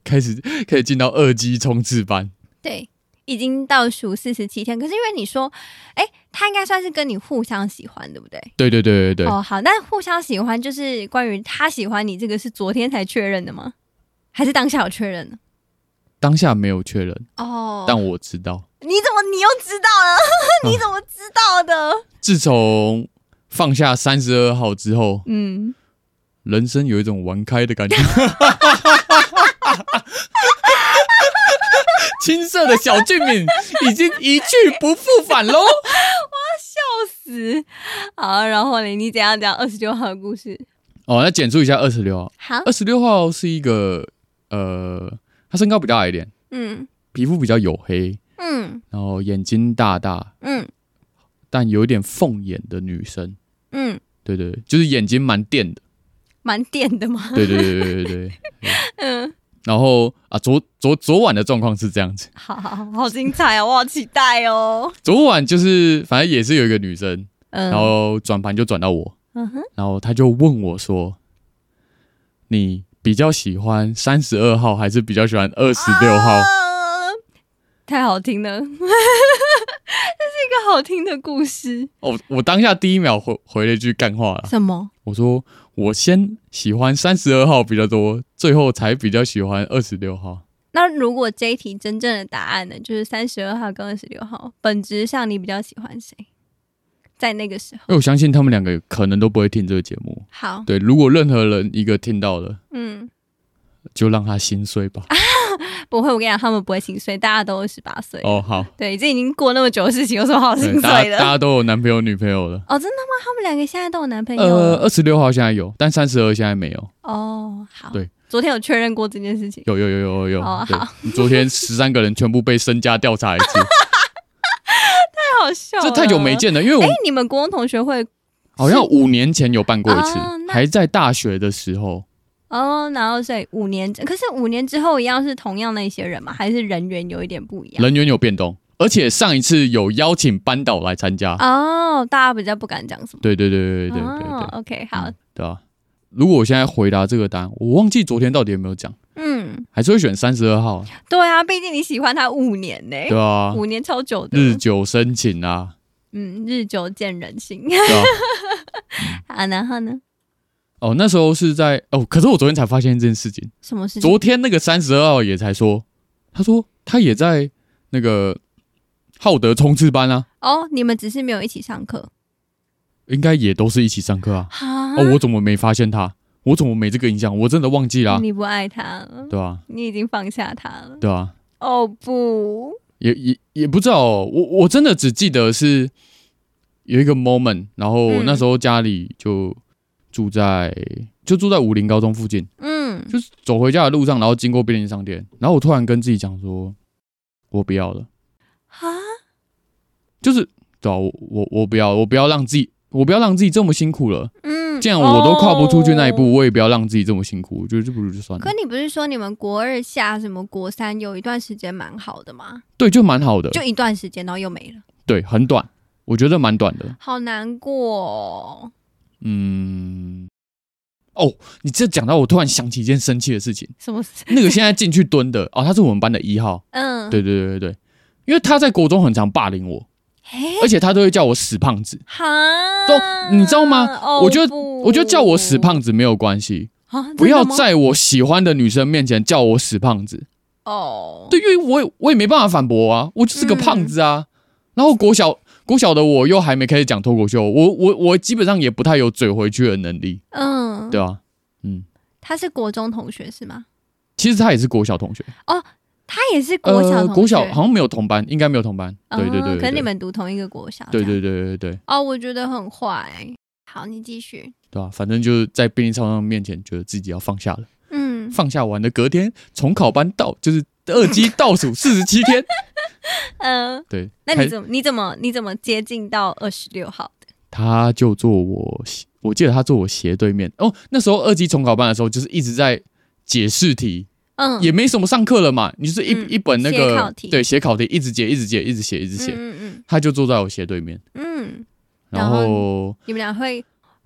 Speaker 2: 开始可以进到二级冲刺班。
Speaker 1: 对，已经倒数四十七天。可是因为你说，哎，他应该算是跟你互相喜欢，对不对？
Speaker 2: 对对对对对，
Speaker 1: 哦，好，那互相喜欢就是关于他喜欢你这个是昨天才确认的吗？还是当下有确认的？
Speaker 2: 当下没有确认，
Speaker 1: 哦，
Speaker 2: 但我知道。
Speaker 1: 你怎么你又知道 了？你怎么知道的？
Speaker 2: 自从放下三十二号之后，
Speaker 1: 嗯，
Speaker 2: 人生有一种玩开的感觉。 青涩的小俊敏已经一去不复返喽。
Speaker 1: 死。好，然后嘞，你怎样讲二十六号的故事？
Speaker 2: 哦，那简述一下二十六号。
Speaker 1: 好，
Speaker 2: 二十六号是一个呃，他身高比较矮一点，
Speaker 1: 嗯
Speaker 2: 皮肤比较黝黑，
Speaker 1: 嗯
Speaker 2: 然后眼睛大大，
Speaker 1: 嗯
Speaker 2: 但有一点凤眼的女生。
Speaker 1: 嗯，
Speaker 2: 对对，对就是眼睛蛮电的。
Speaker 1: 蛮电的嘛。
Speaker 2: 对对对对对对。
Speaker 1: 嗯，
Speaker 2: 然后啊，昨昨昨晚的状况是这样子。
Speaker 1: 好好好，好精彩哦，我好期待 哦。
Speaker 2: 昨晚就是反正也是有一个女生，
Speaker 1: 嗯，
Speaker 2: 然后转盘就转到我，
Speaker 1: 嗯哼，
Speaker 2: 然后她就问我说：“你比较喜欢三十二号还是比较喜欢二十六号
Speaker 1: 啊太好听了， 这是一个好听的故事。？”
Speaker 2: 哦，我当下第一秒回回了一句干话啦，
Speaker 1: 什么？
Speaker 2: 我说：“我先喜欢三十二号比较多，最后才比较喜欢二十六号。
Speaker 1: 那如果这一题真正的答案呢，就是三十二号跟二十六号，本质上你比较喜欢谁？在那个时候，
Speaker 2: 因为我相信他们两个可能都不会听这个节目。
Speaker 1: 好，
Speaker 2: 对，如果任何人一个听到了，
Speaker 1: 嗯，
Speaker 2: 就让他心碎吧。
Speaker 1: 啊不会，我跟你讲，他们不会心碎，大家都十八岁，
Speaker 2: 哦，好，
Speaker 1: 对，这已经过那么久的事情，有什么好心
Speaker 2: 对大
Speaker 1: 碎
Speaker 2: 家大
Speaker 1: 的？
Speaker 2: 家都有男朋友女朋友了。
Speaker 1: 哦，真的吗？他们两个现在都有男朋友
Speaker 2: 呃，
Speaker 1: 了？
Speaker 2: 二十六号现在有，但三十二现在没有。
Speaker 1: 哦，好，
Speaker 2: 对，
Speaker 1: 昨天有确认过这件事情。
Speaker 2: 有有有有有。
Speaker 1: 哦
Speaker 2: 对
Speaker 1: 好，
Speaker 2: 昨天十三个人全部被身家调查一 次，
Speaker 1: 太好笑了，
Speaker 2: 这太久没。见了，因为我
Speaker 1: 哎，你们国中同学会
Speaker 2: 好像五年前有办过一次
Speaker 1: 哦，那
Speaker 2: 还在大学的时候。
Speaker 1: 哦，然后所以五年，可是五年之后一样是同样的一些人吗？还是人员有一点不一样？
Speaker 2: 人员有变动，而且上一次有邀请班导来参加。啊
Speaker 1: 哦，大家比较不敢讲什么。
Speaker 2: 对对对对对对
Speaker 1: 哦
Speaker 2: 对对，
Speaker 1: ，OK，好
Speaker 2: 嗯，对啊。如果我现在回答这个答案，我忘记昨天到底有没有讲，
Speaker 1: 嗯，
Speaker 2: 还是会选三十二号，
Speaker 1: 对啊，毕竟你喜欢他五年呢、
Speaker 2: 对啊，
Speaker 1: 哎五年超久的，
Speaker 2: 日久生情啊，
Speaker 1: 嗯，日久见人心
Speaker 2: 对啊。
Speaker 1: 啊。然后呢，
Speaker 2: 哦，那时候是在哦，可是我昨天才发现这件事情，
Speaker 1: 什么事情？
Speaker 2: 昨天那个三十二号也才说，他说他也在那个浩德冲刺班啊，
Speaker 1: 哦，你们只是没有一起上课
Speaker 2: 应该也都是一起上课啊。
Speaker 1: 啊
Speaker 2: 哦，我怎么没发现他？我怎么没这个印象？我真的忘记啦、
Speaker 1: 你不爱他了，
Speaker 2: 对啊，
Speaker 1: 你已经放下他了。
Speaker 2: 对啊，
Speaker 1: 哦不，
Speaker 2: 也也也不知道哦、我我真的只记得是有一个 moment，然后
Speaker 1: 嗯
Speaker 2: 那时候家里就住在、就住在武林高中附近，
Speaker 1: 嗯，
Speaker 2: 就是走回家的路上，然后经过便利商店，然后我突然跟自己讲说，我不要了，
Speaker 1: 啊，
Speaker 2: 就是对啊，我我我不要，我不要让自己，我不要让自己这么辛苦了。
Speaker 1: 嗯，
Speaker 2: 既然我都跨不出去那一步，
Speaker 1: 哦
Speaker 2: 我也不要让自己这么辛苦，我觉得这不如就算了
Speaker 1: 可。你不是说你们国二下什么国三有一段时间蛮好的吗？
Speaker 2: 对，就蛮好的，
Speaker 1: 就一段时间，然后又没了，
Speaker 2: 对，很短，我觉得蛮短的。
Speaker 1: 好难过、哦。
Speaker 2: 嗯，哦，你这讲到我突然想起一件生气的事情，
Speaker 1: 什么事？
Speaker 2: 那个现在进去蹲的哦，他是我们班的一号，
Speaker 1: 嗯，
Speaker 2: 对对对对对，因为他在国中很常霸凌我，
Speaker 1: 嘿，
Speaker 2: 而且他都会叫我死胖子，
Speaker 1: 哈，
Speaker 2: 都你知道吗
Speaker 1: 哦
Speaker 2: 我觉得
Speaker 1: 不
Speaker 2: 我觉得叫我死胖子没有关系，
Speaker 1: 啊，真的
Speaker 2: 不要
Speaker 1: 吗
Speaker 2: 在我喜欢的女生面前叫我死胖子，
Speaker 1: 哦，
Speaker 2: 对，因为我也我也没办法反驳啊，我就是
Speaker 1: 嗯
Speaker 2: 个胖子啊，然后国小。国小的我又还没开始讲脱口秀，我我我基本上也不太有嘴回去的能力，
Speaker 1: 嗯，
Speaker 2: 对啊，嗯，
Speaker 1: 他是国中同学是吗？
Speaker 2: 其实他也是国小同学，
Speaker 1: 他也是哦国小同学，
Speaker 2: 呃、国小好像没有同班，应该没有同班。对对对对
Speaker 1: 哦可是你们读同一个国小，
Speaker 2: 对
Speaker 1: 这样
Speaker 2: 对对对对
Speaker 1: 哦，我觉得很坏。好，你继续。
Speaker 2: 对吧、反正就是在便利超商面前，觉得自己要放下了。
Speaker 1: 嗯，
Speaker 2: 放下完的隔天，重考班倒，就是二级倒数四十七天。
Speaker 1: 嗯、
Speaker 2: 对，
Speaker 1: 那
Speaker 2: 开
Speaker 1: 你怎么你怎么你怎么接近到二十六号的？
Speaker 2: 他就坐我斜，我记得他坐我斜对面。哦，那时候二级重考班的时候，就是一直在解试题，
Speaker 1: 嗯，
Speaker 2: 也没什么上课了嘛，你就是一、
Speaker 1: 嗯
Speaker 2: 一本那
Speaker 1: 写考
Speaker 2: 个
Speaker 1: 题
Speaker 2: 对写考题，一直解，一直解，一直写，一直写。
Speaker 1: 嗯嗯
Speaker 2: 他就坐在我斜对面，
Speaker 1: 嗯嗯，
Speaker 2: 然
Speaker 1: 然后
Speaker 2: 后
Speaker 1: 你们俩会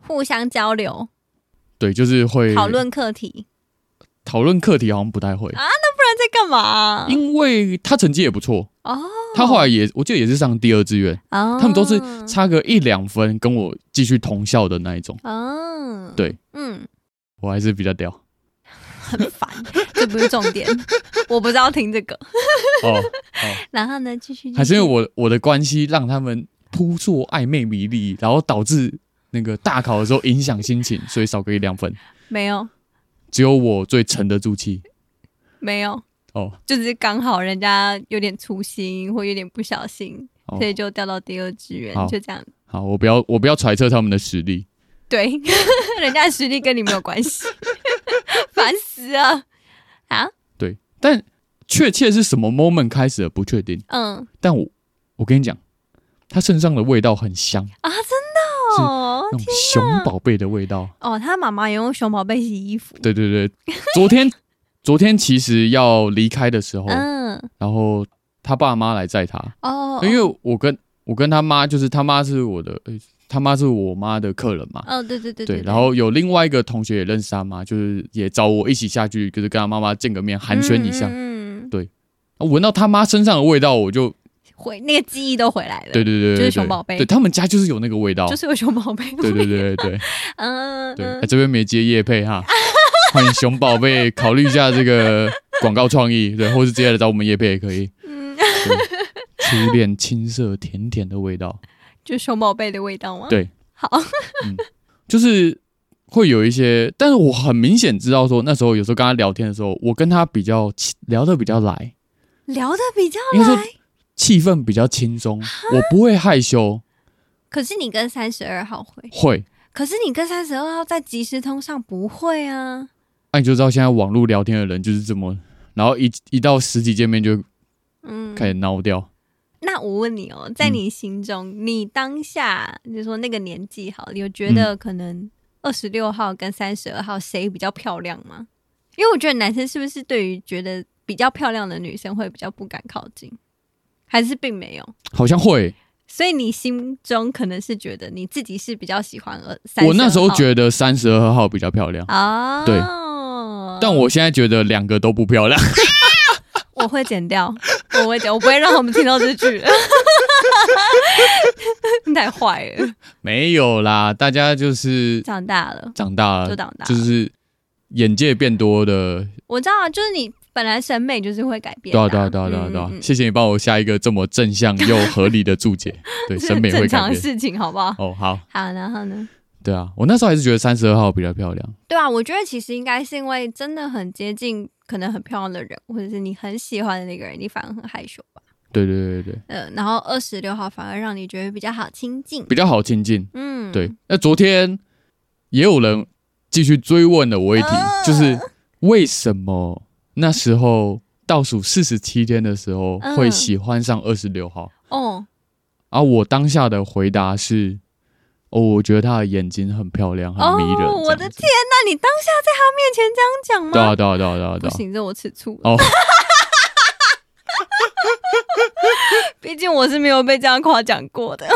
Speaker 1: 互相交流、
Speaker 2: 对，就是会
Speaker 1: 讨论课题，
Speaker 2: 讨论课题好像不太会，
Speaker 1: 啊那在干嘛？
Speaker 2: 因为他成绩也不错，
Speaker 1: 哦，
Speaker 2: 他后来也我记得也是上第二志愿，
Speaker 1: 哦，
Speaker 2: 他们都是差个一两分跟我继续同校的那一种，
Speaker 1: 哦，
Speaker 2: 对，
Speaker 1: 嗯，
Speaker 2: 我还是比较屌
Speaker 1: 很烦， 这不是重 点，我不知道听这个。
Speaker 2: 哦，
Speaker 1: 然后呢，继续
Speaker 2: 还是因为
Speaker 1: 我
Speaker 2: 我我的关系让他们扑朔暧昧迷离，然后导致那个大考的时候影响心情，所以少个一两分，
Speaker 1: 没有
Speaker 2: 只有我最沉得住气
Speaker 1: 没有，
Speaker 2: 哦
Speaker 1: 就只是刚好人家有点粗心或有点不小心，
Speaker 2: 哦
Speaker 1: 所，以就掉到第二志愿
Speaker 2: 好，
Speaker 1: 就这样。
Speaker 2: 好，我不要我不要揣测他们的实力，
Speaker 1: 对， 人家的实力跟你没有关系， 烦死了。啊，
Speaker 2: 对，但确切是什么 moment 开始的不确定。
Speaker 1: 嗯，
Speaker 2: 但我我跟你讲，它身上的味道很香，
Speaker 1: 啊，真的哦
Speaker 2: 那，种熊宝贝的味道。
Speaker 1: 哦，他妈妈也用熊宝贝洗衣服，
Speaker 2: 对对对，昨天昨天其实要离开的时候，
Speaker 1: 嗯，
Speaker 2: 然后他爸妈来载他，
Speaker 1: 哦，
Speaker 2: 因为我跟我跟他妈就是他妈是我的，呃他妈是我妈的客人嘛。
Speaker 1: 哦，对对对
Speaker 2: 对，然后有另外一个同学也认识他妈，就是也找我一起下去，就是跟他妈妈见个面，寒暄一下。
Speaker 1: 嗯，嗯嗯
Speaker 2: 闻到他妈身上的味道，我就
Speaker 1: 回那个记忆都回来了，
Speaker 2: 对对对对，
Speaker 1: 就是
Speaker 2: 对
Speaker 1: 熊宝贝
Speaker 2: 对他们家就是有那个味道，
Speaker 1: 就是有熊宝贝，
Speaker 2: 哦对对对对对。
Speaker 1: 嗯，
Speaker 2: 对，
Speaker 1: 嗯
Speaker 2: 哎这边没接叶配哈，欢迎熊宝贝考虑一下这个广告创意，对，或是直接来找我们叶配也可以。
Speaker 1: 嗯，
Speaker 2: 对初恋青涩甜甜的味道，
Speaker 1: 就熊宝贝的味道吗？
Speaker 2: 对，
Speaker 1: 好，
Speaker 2: 就是会有一些，但是我很明显知道说，那时候有时候跟他聊天的时候，我跟他比较亲聊得比较来，
Speaker 1: 聊的比较
Speaker 2: 应该说
Speaker 1: 来。啊
Speaker 2: 气氛比较轻松，我不会害羞，
Speaker 1: 可是你跟三十二号会，
Speaker 2: 会。
Speaker 1: 可是你跟三十二号在即时通上不会啊。
Speaker 2: 那你就知道现在网络聊天的人就是这么，然后一一到实体见面就
Speaker 1: 嗯，
Speaker 2: 开始闹掉。
Speaker 1: 那我问你哦，在
Speaker 2: 嗯
Speaker 1: 你心中，你当下就是说那个年纪好了，有觉得
Speaker 2: 嗯
Speaker 1: 可能二十六号跟三十二号谁比较漂亮吗？因为我觉得男生是不是对于觉得比较漂亮的女生会比较不敢靠近，还是并没有？
Speaker 2: 好像会，
Speaker 1: 所以你心中可能是觉得你自己是比较喜欢二三。
Speaker 2: 我那时候
Speaker 1: 得
Speaker 2: 觉得三十二号比较漂亮，
Speaker 1: 哦，
Speaker 2: 对，但我现在觉得两个都不漂亮。
Speaker 1: 我会剪掉，我会剪，我不会让他们听到这句。 你太坏了，
Speaker 2: 没有啦，大家就是
Speaker 1: 长大了。
Speaker 2: 长大了，
Speaker 1: 就长大了
Speaker 2: 就是眼界变多的。
Speaker 1: 我知道啊，就是你本来审美就是会改变
Speaker 2: 对
Speaker 1: 的啊、
Speaker 2: 啊，对啊，对啊，对啊，
Speaker 1: 嗯
Speaker 2: 对啊
Speaker 1: 嗯！嗯
Speaker 2: 谢谢你帮我下一个这么正向又合理的注解。对，
Speaker 1: 这是
Speaker 2: 审美
Speaker 1: 嗯
Speaker 2: 会
Speaker 1: 正
Speaker 2: 改
Speaker 1: 常的
Speaker 2: 变。
Speaker 1: 事情，好不好？
Speaker 2: 哦，好，
Speaker 1: 好，然后呢？
Speaker 2: 对啊，我那时候还是觉得三十二号比较漂亮。
Speaker 1: 对啊，我觉得其实应该是因为真的很接近，可能很漂亮的人，或者是你很喜欢的那个人，你反而很害羞吧。
Speaker 2: 对对对对对，
Speaker 1: 呃，然后二十六号反而让你觉得比较好亲近
Speaker 2: 比。较好亲近。
Speaker 1: 嗯，
Speaker 2: 对，那昨天也有人继续追问了我一题，
Speaker 1: 啊
Speaker 2: 就是为什么那时候倒数四十七天的时候
Speaker 1: 嗯
Speaker 2: 会喜欢上二十六号？
Speaker 1: 哦，
Speaker 2: 而、啊、我当下的回答是：哦，我觉得她的眼睛很漂亮，很迷人。
Speaker 1: 哦我的
Speaker 2: 天！
Speaker 1: 那你当下在他面前这样讲吗？
Speaker 2: 对啊，对啊，对啊，对啊，
Speaker 1: 不
Speaker 2: 对啊。
Speaker 1: 行，这我吃醋了。
Speaker 2: 哦，
Speaker 1: 毕竟我是没有被这样夸奖过
Speaker 2: 哦
Speaker 1: 的。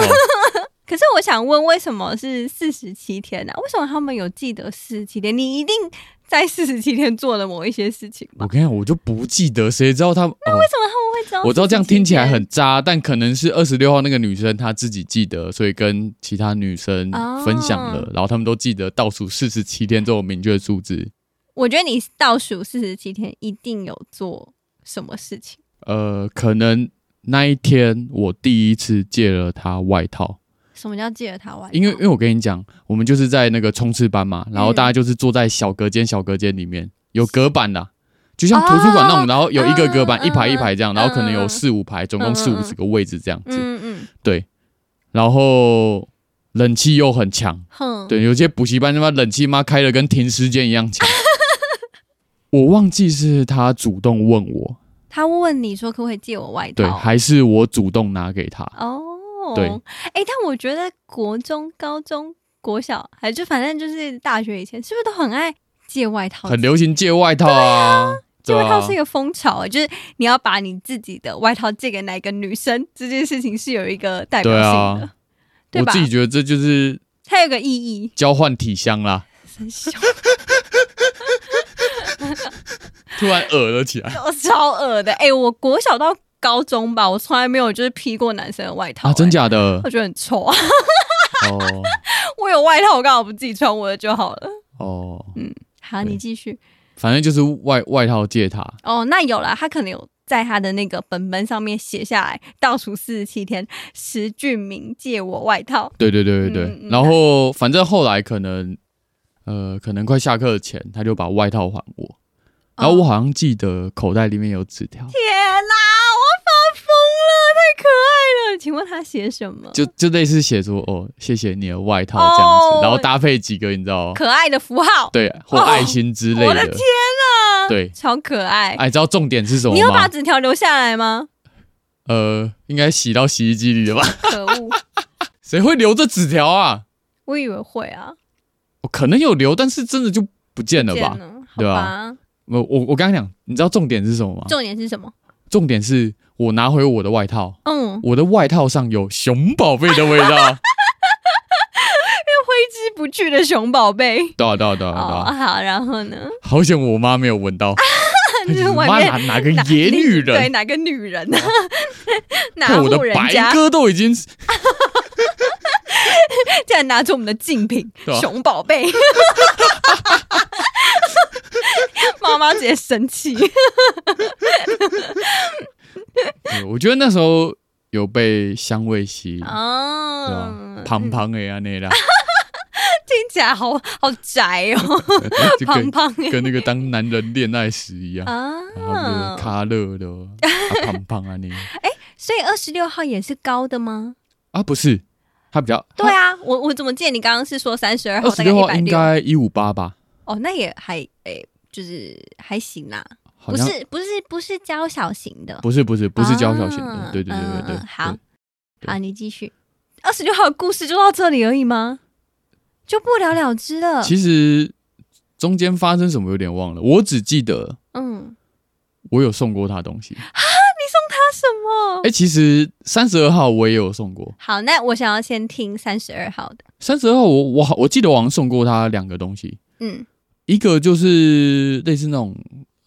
Speaker 1: 可是我想问，为什么是四十七天啊呢、为什么他们有记得四十七天？你一定在四十七天做了某一些事情吧？
Speaker 2: 我跟你讲，我就不记得，谁知道他？那
Speaker 1: 为什么他们会知道？
Speaker 2: 我知道这样听起来很渣，但可能是二十六号那个女生她自己记得，所以跟其他女生分享了，
Speaker 1: 哦
Speaker 2: 然后他们都记得倒数四十七天这种明确的数字。
Speaker 1: 我觉得你倒数四十七天一定有做什么事情。
Speaker 2: 呃，可能那一天我第一次借了她外套，
Speaker 1: 什么叫记得他外套？
Speaker 2: 因为因为我跟你讲，我们就是在那个冲刺班嘛，
Speaker 1: 嗯
Speaker 2: 然后大家就是坐在小隔间，小隔间里面有隔板的啊、就像图书馆那
Speaker 1: 哦
Speaker 2: 种，然后有一个隔板，
Speaker 1: 嗯
Speaker 2: 一排一排这样，
Speaker 1: 嗯
Speaker 2: 然后可能
Speaker 1: 嗯
Speaker 2: 有
Speaker 1: 嗯
Speaker 2: 四五排，总共四
Speaker 1: 嗯嗯
Speaker 2: 五十个位置这样子。
Speaker 1: 嗯嗯
Speaker 2: 对，然后冷气又很强，
Speaker 1: 哼，
Speaker 2: 对，有些补习班他妈冷气妈开的跟停尸间一样 强。我忘记是他主动问我，
Speaker 1: 他问你说可不可以借我外套？
Speaker 2: 对，还是我主动拿给他。
Speaker 1: 哦，
Speaker 2: 对
Speaker 1: 哎、但我觉得国中、高中、国小，还就反正就是大学以前，是不是都很爱借外套？
Speaker 2: 很流行借外套啊，
Speaker 1: 借
Speaker 2: 对
Speaker 1: 外
Speaker 2: 啊
Speaker 1: 套是一个风潮、就是你要把你自己的外套借给哪一个女生，这件事情是有一个代表性
Speaker 2: 对
Speaker 1: 的
Speaker 2: 啊，，
Speaker 1: 对
Speaker 2: 我
Speaker 1: 吧
Speaker 2: 自己觉得这就是
Speaker 1: 它有个意义。
Speaker 2: 交换体香啦，
Speaker 1: 真笑，
Speaker 2: 突然恶了起来
Speaker 1: 我超恶的。哎、我国小到高中吧，我从来没有就是披过男生的外套、
Speaker 2: 啊！真
Speaker 1: 诶？
Speaker 2: 假的
Speaker 1: 我觉得很臭啊！哎
Speaker 2: 哦
Speaker 1: 我有外套，我干嘛不自己穿我的就好了？
Speaker 2: 哦，
Speaker 1: 好，
Speaker 2: 对
Speaker 1: 你继续。
Speaker 2: 反正就是外外套借他，
Speaker 1: 哦，那有啦，他可能有在他的那个本本上面写下来，倒数四十七天，石俊明借我外套。
Speaker 2: 对对对对对，
Speaker 1: 嗯嗯嗯
Speaker 2: 然后反正后来可能，呃，可能快下课前，他就把外套还我，然后我
Speaker 1: 哦
Speaker 2: 好像记得口袋里面有纸条，
Speaker 1: 天哪，我发疯了，太可爱了。请问他写什么？
Speaker 2: 就就类似写说哦，谢谢你的外套这样子，
Speaker 1: 哦
Speaker 2: 然后搭配几个你知道吗？
Speaker 1: 可爱的符号。
Speaker 2: 对，或
Speaker 1: 哦
Speaker 2: 爱心之类
Speaker 1: 我的天哪，
Speaker 2: 对
Speaker 1: 超可爱。
Speaker 2: 哎，知道重点是什么
Speaker 1: 你有把
Speaker 2: 吗？
Speaker 1: 纸条留下来吗？
Speaker 2: 呃，应该洗到洗衣机里了吧？
Speaker 1: 可恶，
Speaker 2: 谁会留这纸条啊？
Speaker 1: 我以为会啊，
Speaker 2: 我可能有留，但是真的就不见了吧
Speaker 1: 见？了，好
Speaker 2: 对啊
Speaker 1: 吧。
Speaker 2: 我我我刚刚讲，你知道重点是什么吗？
Speaker 1: 重点是什么？
Speaker 2: 重点是我拿回我的外套。
Speaker 1: 嗯，挥
Speaker 2: 我的外套上有熊宝贝的 味道。
Speaker 1: 之不去的熊宝贝。
Speaker 2: 对啊对啊对啊对
Speaker 1: 哦，
Speaker 2: 啊！
Speaker 1: 好，然后呢？
Speaker 2: 好险我妈没有闻 到，哎
Speaker 1: 你就是外
Speaker 2: 妈
Speaker 1: 面
Speaker 2: 哪哪个
Speaker 1: 哪
Speaker 2: 野女
Speaker 1: 对，
Speaker 2: 人？哦
Speaker 1: 哪个女人 呢？哪
Speaker 2: 看我的
Speaker 1: 户人
Speaker 2: 白
Speaker 1: 家
Speaker 2: 鸽都已 经
Speaker 1: 竟然拿
Speaker 2: 啊
Speaker 1: 出我们的竞品
Speaker 2: 对啊
Speaker 1: 熊宝贝， 妈妈直接生气。
Speaker 2: 对嗯我觉得那时候有被香味吸引，嗯
Speaker 1: 嗯
Speaker 2: 对啊
Speaker 1: 哦
Speaker 2: 吧？，胖胖的呀 那啦，
Speaker 1: 听起来好好宅哦，
Speaker 2: 就
Speaker 1: 胖
Speaker 2: 跟
Speaker 1: 胖耶
Speaker 2: 跟那个当男人恋爱时一样，然后就是
Speaker 1: 啊。
Speaker 2: 卡乐的哦，啊胖胖 啊你
Speaker 1: 所以二十六号也是高的吗？
Speaker 2: 啊不是，他比较
Speaker 1: 对啊，我我怎么记得你刚刚是说三十二号
Speaker 2: 二
Speaker 1: 大概
Speaker 2: 十六
Speaker 1: 一
Speaker 2: 号
Speaker 1: 百
Speaker 2: 应
Speaker 1: 六？
Speaker 2: 该一五八吧，
Speaker 1: 哦，那也还诶、就是还行啦，
Speaker 2: 好
Speaker 1: 不
Speaker 2: 像
Speaker 1: 是不是不是娇小型的，
Speaker 2: 不是不是不是娇小型
Speaker 1: 啊
Speaker 2: 的，对对对
Speaker 1: 嗯嗯
Speaker 2: 对对，
Speaker 1: 好
Speaker 2: 对
Speaker 1: 好，你继续。二十六号的故事就到这里而已吗？就不了了之了。
Speaker 2: 其实中间发生什么有点忘了，我只记得
Speaker 1: 嗯，
Speaker 2: 我有送过他东西。
Speaker 1: 那什么？
Speaker 2: 哎、其实三十二号我也有送过，
Speaker 1: 好，那我想要先听三十二号的。
Speaker 2: 三十二号我我好我记得我好像送过他两个东西，
Speaker 1: 嗯，
Speaker 2: 一个就是类似那种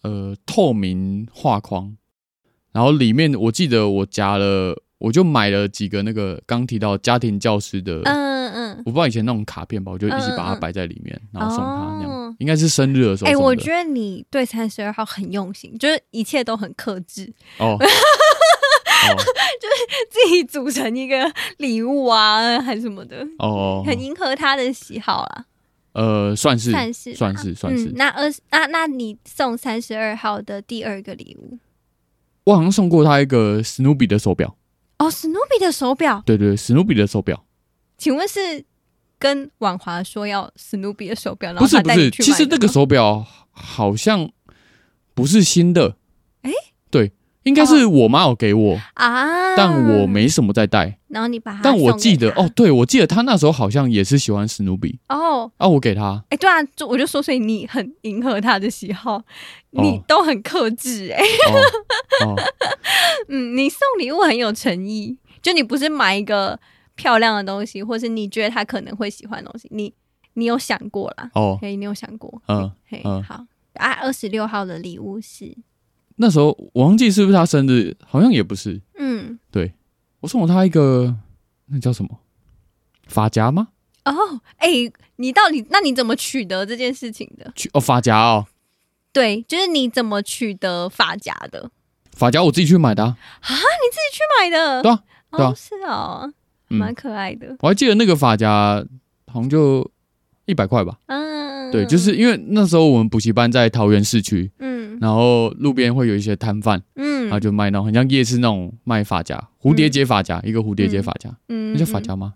Speaker 2: 呃透明画框，然后里面我记得我夹了，我就买了几个那个刚提到家庭教师的。
Speaker 1: 嗯嗯。
Speaker 2: 我不知道以前那种卡片吧，我就一起把它
Speaker 1: 嗯嗯嗯
Speaker 2: 摆在里面，然后送他那样，
Speaker 1: 哦
Speaker 2: 应该是生日的时候
Speaker 1: 哎、
Speaker 2: 送的。
Speaker 1: 我觉得你对三十二号很用心，就是一切都很克制，
Speaker 2: 哦，哦
Speaker 1: 自己组成一个礼物啊，还什么的，
Speaker 2: 哦，
Speaker 1: 很迎合他的喜好啦。
Speaker 2: 呃，算是
Speaker 1: 算是吧
Speaker 2: 算是算是
Speaker 1: 嗯，，那二那那你送三十二号的第二个礼物
Speaker 2: 我好像送过他一个史努比的手表，
Speaker 1: 哦，史努比的手表，
Speaker 2: 对对，史努比的手表，
Speaker 1: 请问是跟婉华说要史努比的手表，然
Speaker 2: 不
Speaker 1: 后
Speaker 2: 是
Speaker 1: 他
Speaker 2: 不
Speaker 1: 带你
Speaker 2: 是，
Speaker 1: 去
Speaker 2: 其实
Speaker 1: 买
Speaker 2: 那
Speaker 1: 的
Speaker 2: 个
Speaker 1: 吗
Speaker 2: 手表好像不是新的，
Speaker 1: 诶
Speaker 2: 对，应该是我妈有给我，
Speaker 1: 啊，
Speaker 2: 但我，没什么在戴，
Speaker 1: 然后你把它，
Speaker 2: 但我记得哦，，对，我记得她那时候好像也是喜欢史努比
Speaker 1: 哦，
Speaker 2: 啊，我给她，
Speaker 1: 哎、对啊，就我就说，所以你很迎合他的喜好，你
Speaker 2: 哦
Speaker 1: 都很克制、哎、
Speaker 2: 哦哦，
Speaker 1: 嗯，你送礼物很有诚意，就你不是买一个漂亮的东西，或是你觉得他可能会喜欢的东西，你你有想过啦？
Speaker 2: 哦，
Speaker 1: 嘿，你有想过？
Speaker 2: 嗯
Speaker 1: 嘿，
Speaker 2: 嗯
Speaker 1: 好啊，二十六号的礼物是，
Speaker 2: 那时候我忘记是不是她生日，好像也不是，
Speaker 1: 嗯，
Speaker 2: 对我送了她一个那叫什么发夹吗？
Speaker 1: 哦，哎、你到底那你怎么取得这件事情的？
Speaker 2: 去哦发夹哦。
Speaker 1: 对，就是你怎么取得发夹的？
Speaker 2: 发夹我自己去买的、啊，
Speaker 1: 去买的，
Speaker 2: 对啊，对啊
Speaker 1: 哦，是哦，
Speaker 2: 嗯
Speaker 1: 蛮可爱的，
Speaker 2: 我还记得那个发夹好像就一百块吧。
Speaker 1: 嗯，
Speaker 2: 对，就是因为那时候我们补习班在桃园市区，
Speaker 1: 嗯
Speaker 2: 然后路边会有一些摊贩，
Speaker 1: 嗯
Speaker 2: 然后就卖那种很像夜市那种卖发夹，蝴蝶结发夹，一个蝴蝶结发夹，
Speaker 1: 嗯
Speaker 2: 那叫发
Speaker 1: 嗯
Speaker 2: 夹吗？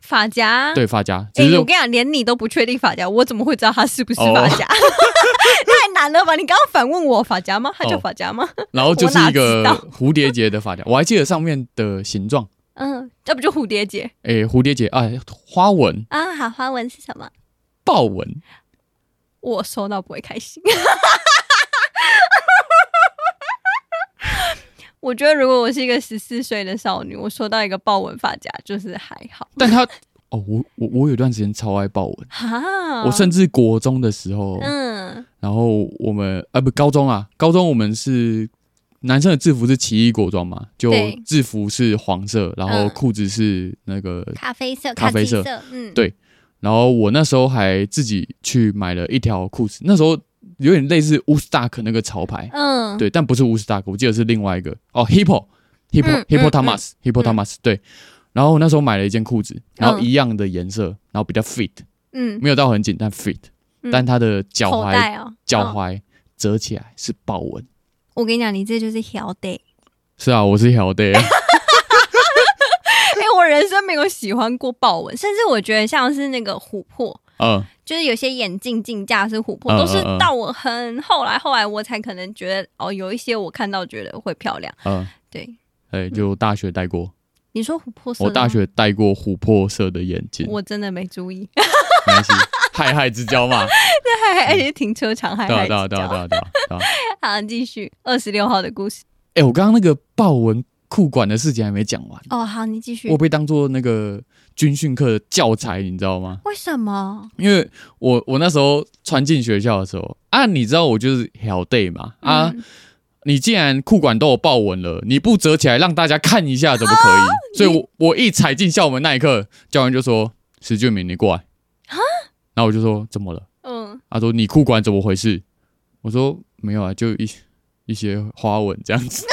Speaker 1: 发夹，
Speaker 2: 对，发夹，
Speaker 1: 哎、
Speaker 2: 只是哦
Speaker 1: 我跟你讲，连你都不确定发夹，我怎么会知道它是不是发夹？ 太难了吧？你刚刚反问我发夹吗？它叫
Speaker 2: 哦
Speaker 1: 发夹吗？
Speaker 2: 然后就是一
Speaker 1: 我
Speaker 2: 个
Speaker 1: 哪知
Speaker 2: 蝴蝶结的发夹，我还记得上面的形状，
Speaker 1: 嗯，这不就蝴蝶结
Speaker 2: 哎，蝴蝶结啊，花纹、
Speaker 1: 啊？好，花纹是什么？
Speaker 2: 豹纹，
Speaker 1: 我收到不会开心。 我觉得如果我是一个十四岁的少女，我收到一个豹纹发夹就是还好
Speaker 2: 但它哦，我我我有段时间超爱豹纹，
Speaker 1: 哈。
Speaker 2: 我甚至国中的时候，
Speaker 1: 啊嗯
Speaker 2: 然后我们啊不高中啊，高中我们是男生的制服是奇异果装嘛，就
Speaker 1: 对
Speaker 2: 制服是黄色，然后
Speaker 1: 嗯
Speaker 2: 裤子是那个，
Speaker 1: 咖啡色，
Speaker 2: 咖啡
Speaker 1: 卡其
Speaker 2: 色
Speaker 1: 色，嗯，
Speaker 2: 对然后我那时候还自己去买了一条裤子，那时候有点类似 Woodstock 那个潮牌，
Speaker 1: 嗯，
Speaker 2: 对，但不是 Woodstock，我记得是另外一个哦 Hippo
Speaker 1: 嗯
Speaker 2: Hippo
Speaker 1: 嗯
Speaker 2: Hippo Thomas Hippo Thomas 对。然后我那时候买了一件裤子，然后
Speaker 1: 嗯
Speaker 2: 一样的颜色，然后比较 fit，
Speaker 1: 嗯，
Speaker 2: 没有到很紧，但 fit，
Speaker 1: 嗯
Speaker 2: 但它的脚
Speaker 1: 口
Speaker 2: 踝
Speaker 1: 袋哦，
Speaker 2: 脚
Speaker 1: 哦。
Speaker 2: 踝折起来是豹纹。
Speaker 1: 我跟你讲，你这就是小袋。
Speaker 2: 是啊，我是小 day，
Speaker 1: 哎、我人生没有喜欢过豹纹，甚至我觉得像是那个琥珀，
Speaker 2: 嗯，
Speaker 1: 就是有些眼镜镜架是琥珀，
Speaker 2: 嗯
Speaker 1: 都是
Speaker 2: 嗯嗯
Speaker 1: 到我很后来，后来我才可能觉得哦，有一些我看到觉得会漂亮。
Speaker 2: 嗯，
Speaker 1: 对，
Speaker 2: 哎，就大学戴过，
Speaker 1: 你说琥珀色，
Speaker 2: 我大，学戴过琥珀色的眼镜，没
Speaker 1: 我真的没注 意，
Speaker 2: 关系，害害之交 嘛，
Speaker 1: 还还而且停车场还
Speaker 2: 嗯对啊，
Speaker 1: 还
Speaker 2: 对啊，对啊，对啊，对啊，对啊。
Speaker 1: 好，继续二十六号的故事。
Speaker 2: 哎，我刚刚那个豹纹裤管的事情还没讲完，
Speaker 1: 哦，好，你继续
Speaker 2: 嗯我。被当做那个军训课的教材，你知道吗？
Speaker 1: 为什么？
Speaker 2: 因为我我那时候穿进学校的时候啊，你知道我就是小 day 嘛，啊，
Speaker 1: 嗯
Speaker 2: 你既然裤管都有豹纹了，你不折起来让大家看一下怎么可
Speaker 1: 啊
Speaker 2: 以？所以我我一踩进校门那一刻，教官就说：“石
Speaker 1: 啊
Speaker 2: 俊明，你过来。”然后我就说：“怎么了
Speaker 1: 嗯，？”
Speaker 2: 他说：“你裤管怎么回事？”我说没有啊，就一一些花纹这样 子。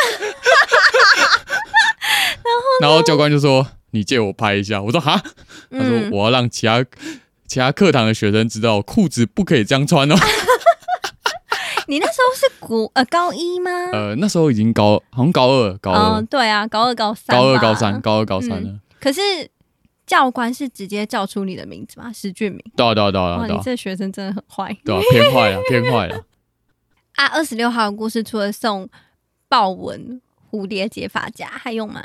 Speaker 2: 然后教官就说：“你借我拍一下。”我说：“哈。”他说：“
Speaker 1: 嗯，
Speaker 2: 我要让其他其他课堂的学生知道，裤子不可以这样穿哦。
Speaker 1: 你那时候是国呃高一吗？”
Speaker 2: 呃，那时候已经高，好像高二、高二、
Speaker 1: 哦，对啊，高二高三，嗯
Speaker 2: 高二、高三、。高二、高三了。
Speaker 1: 可是教官是直接叫出你的名字吗？石俊明。
Speaker 2: 对啊，对啊，对啊，
Speaker 1: 哇，
Speaker 2: 对
Speaker 1: 你
Speaker 2: 啊，
Speaker 1: 这学生真的很坏
Speaker 2: 对啊，偏坏啊，偏坏啊。
Speaker 1: 啊！二十六号的故事除了送豹纹蝴蝶结发夹，还用吗？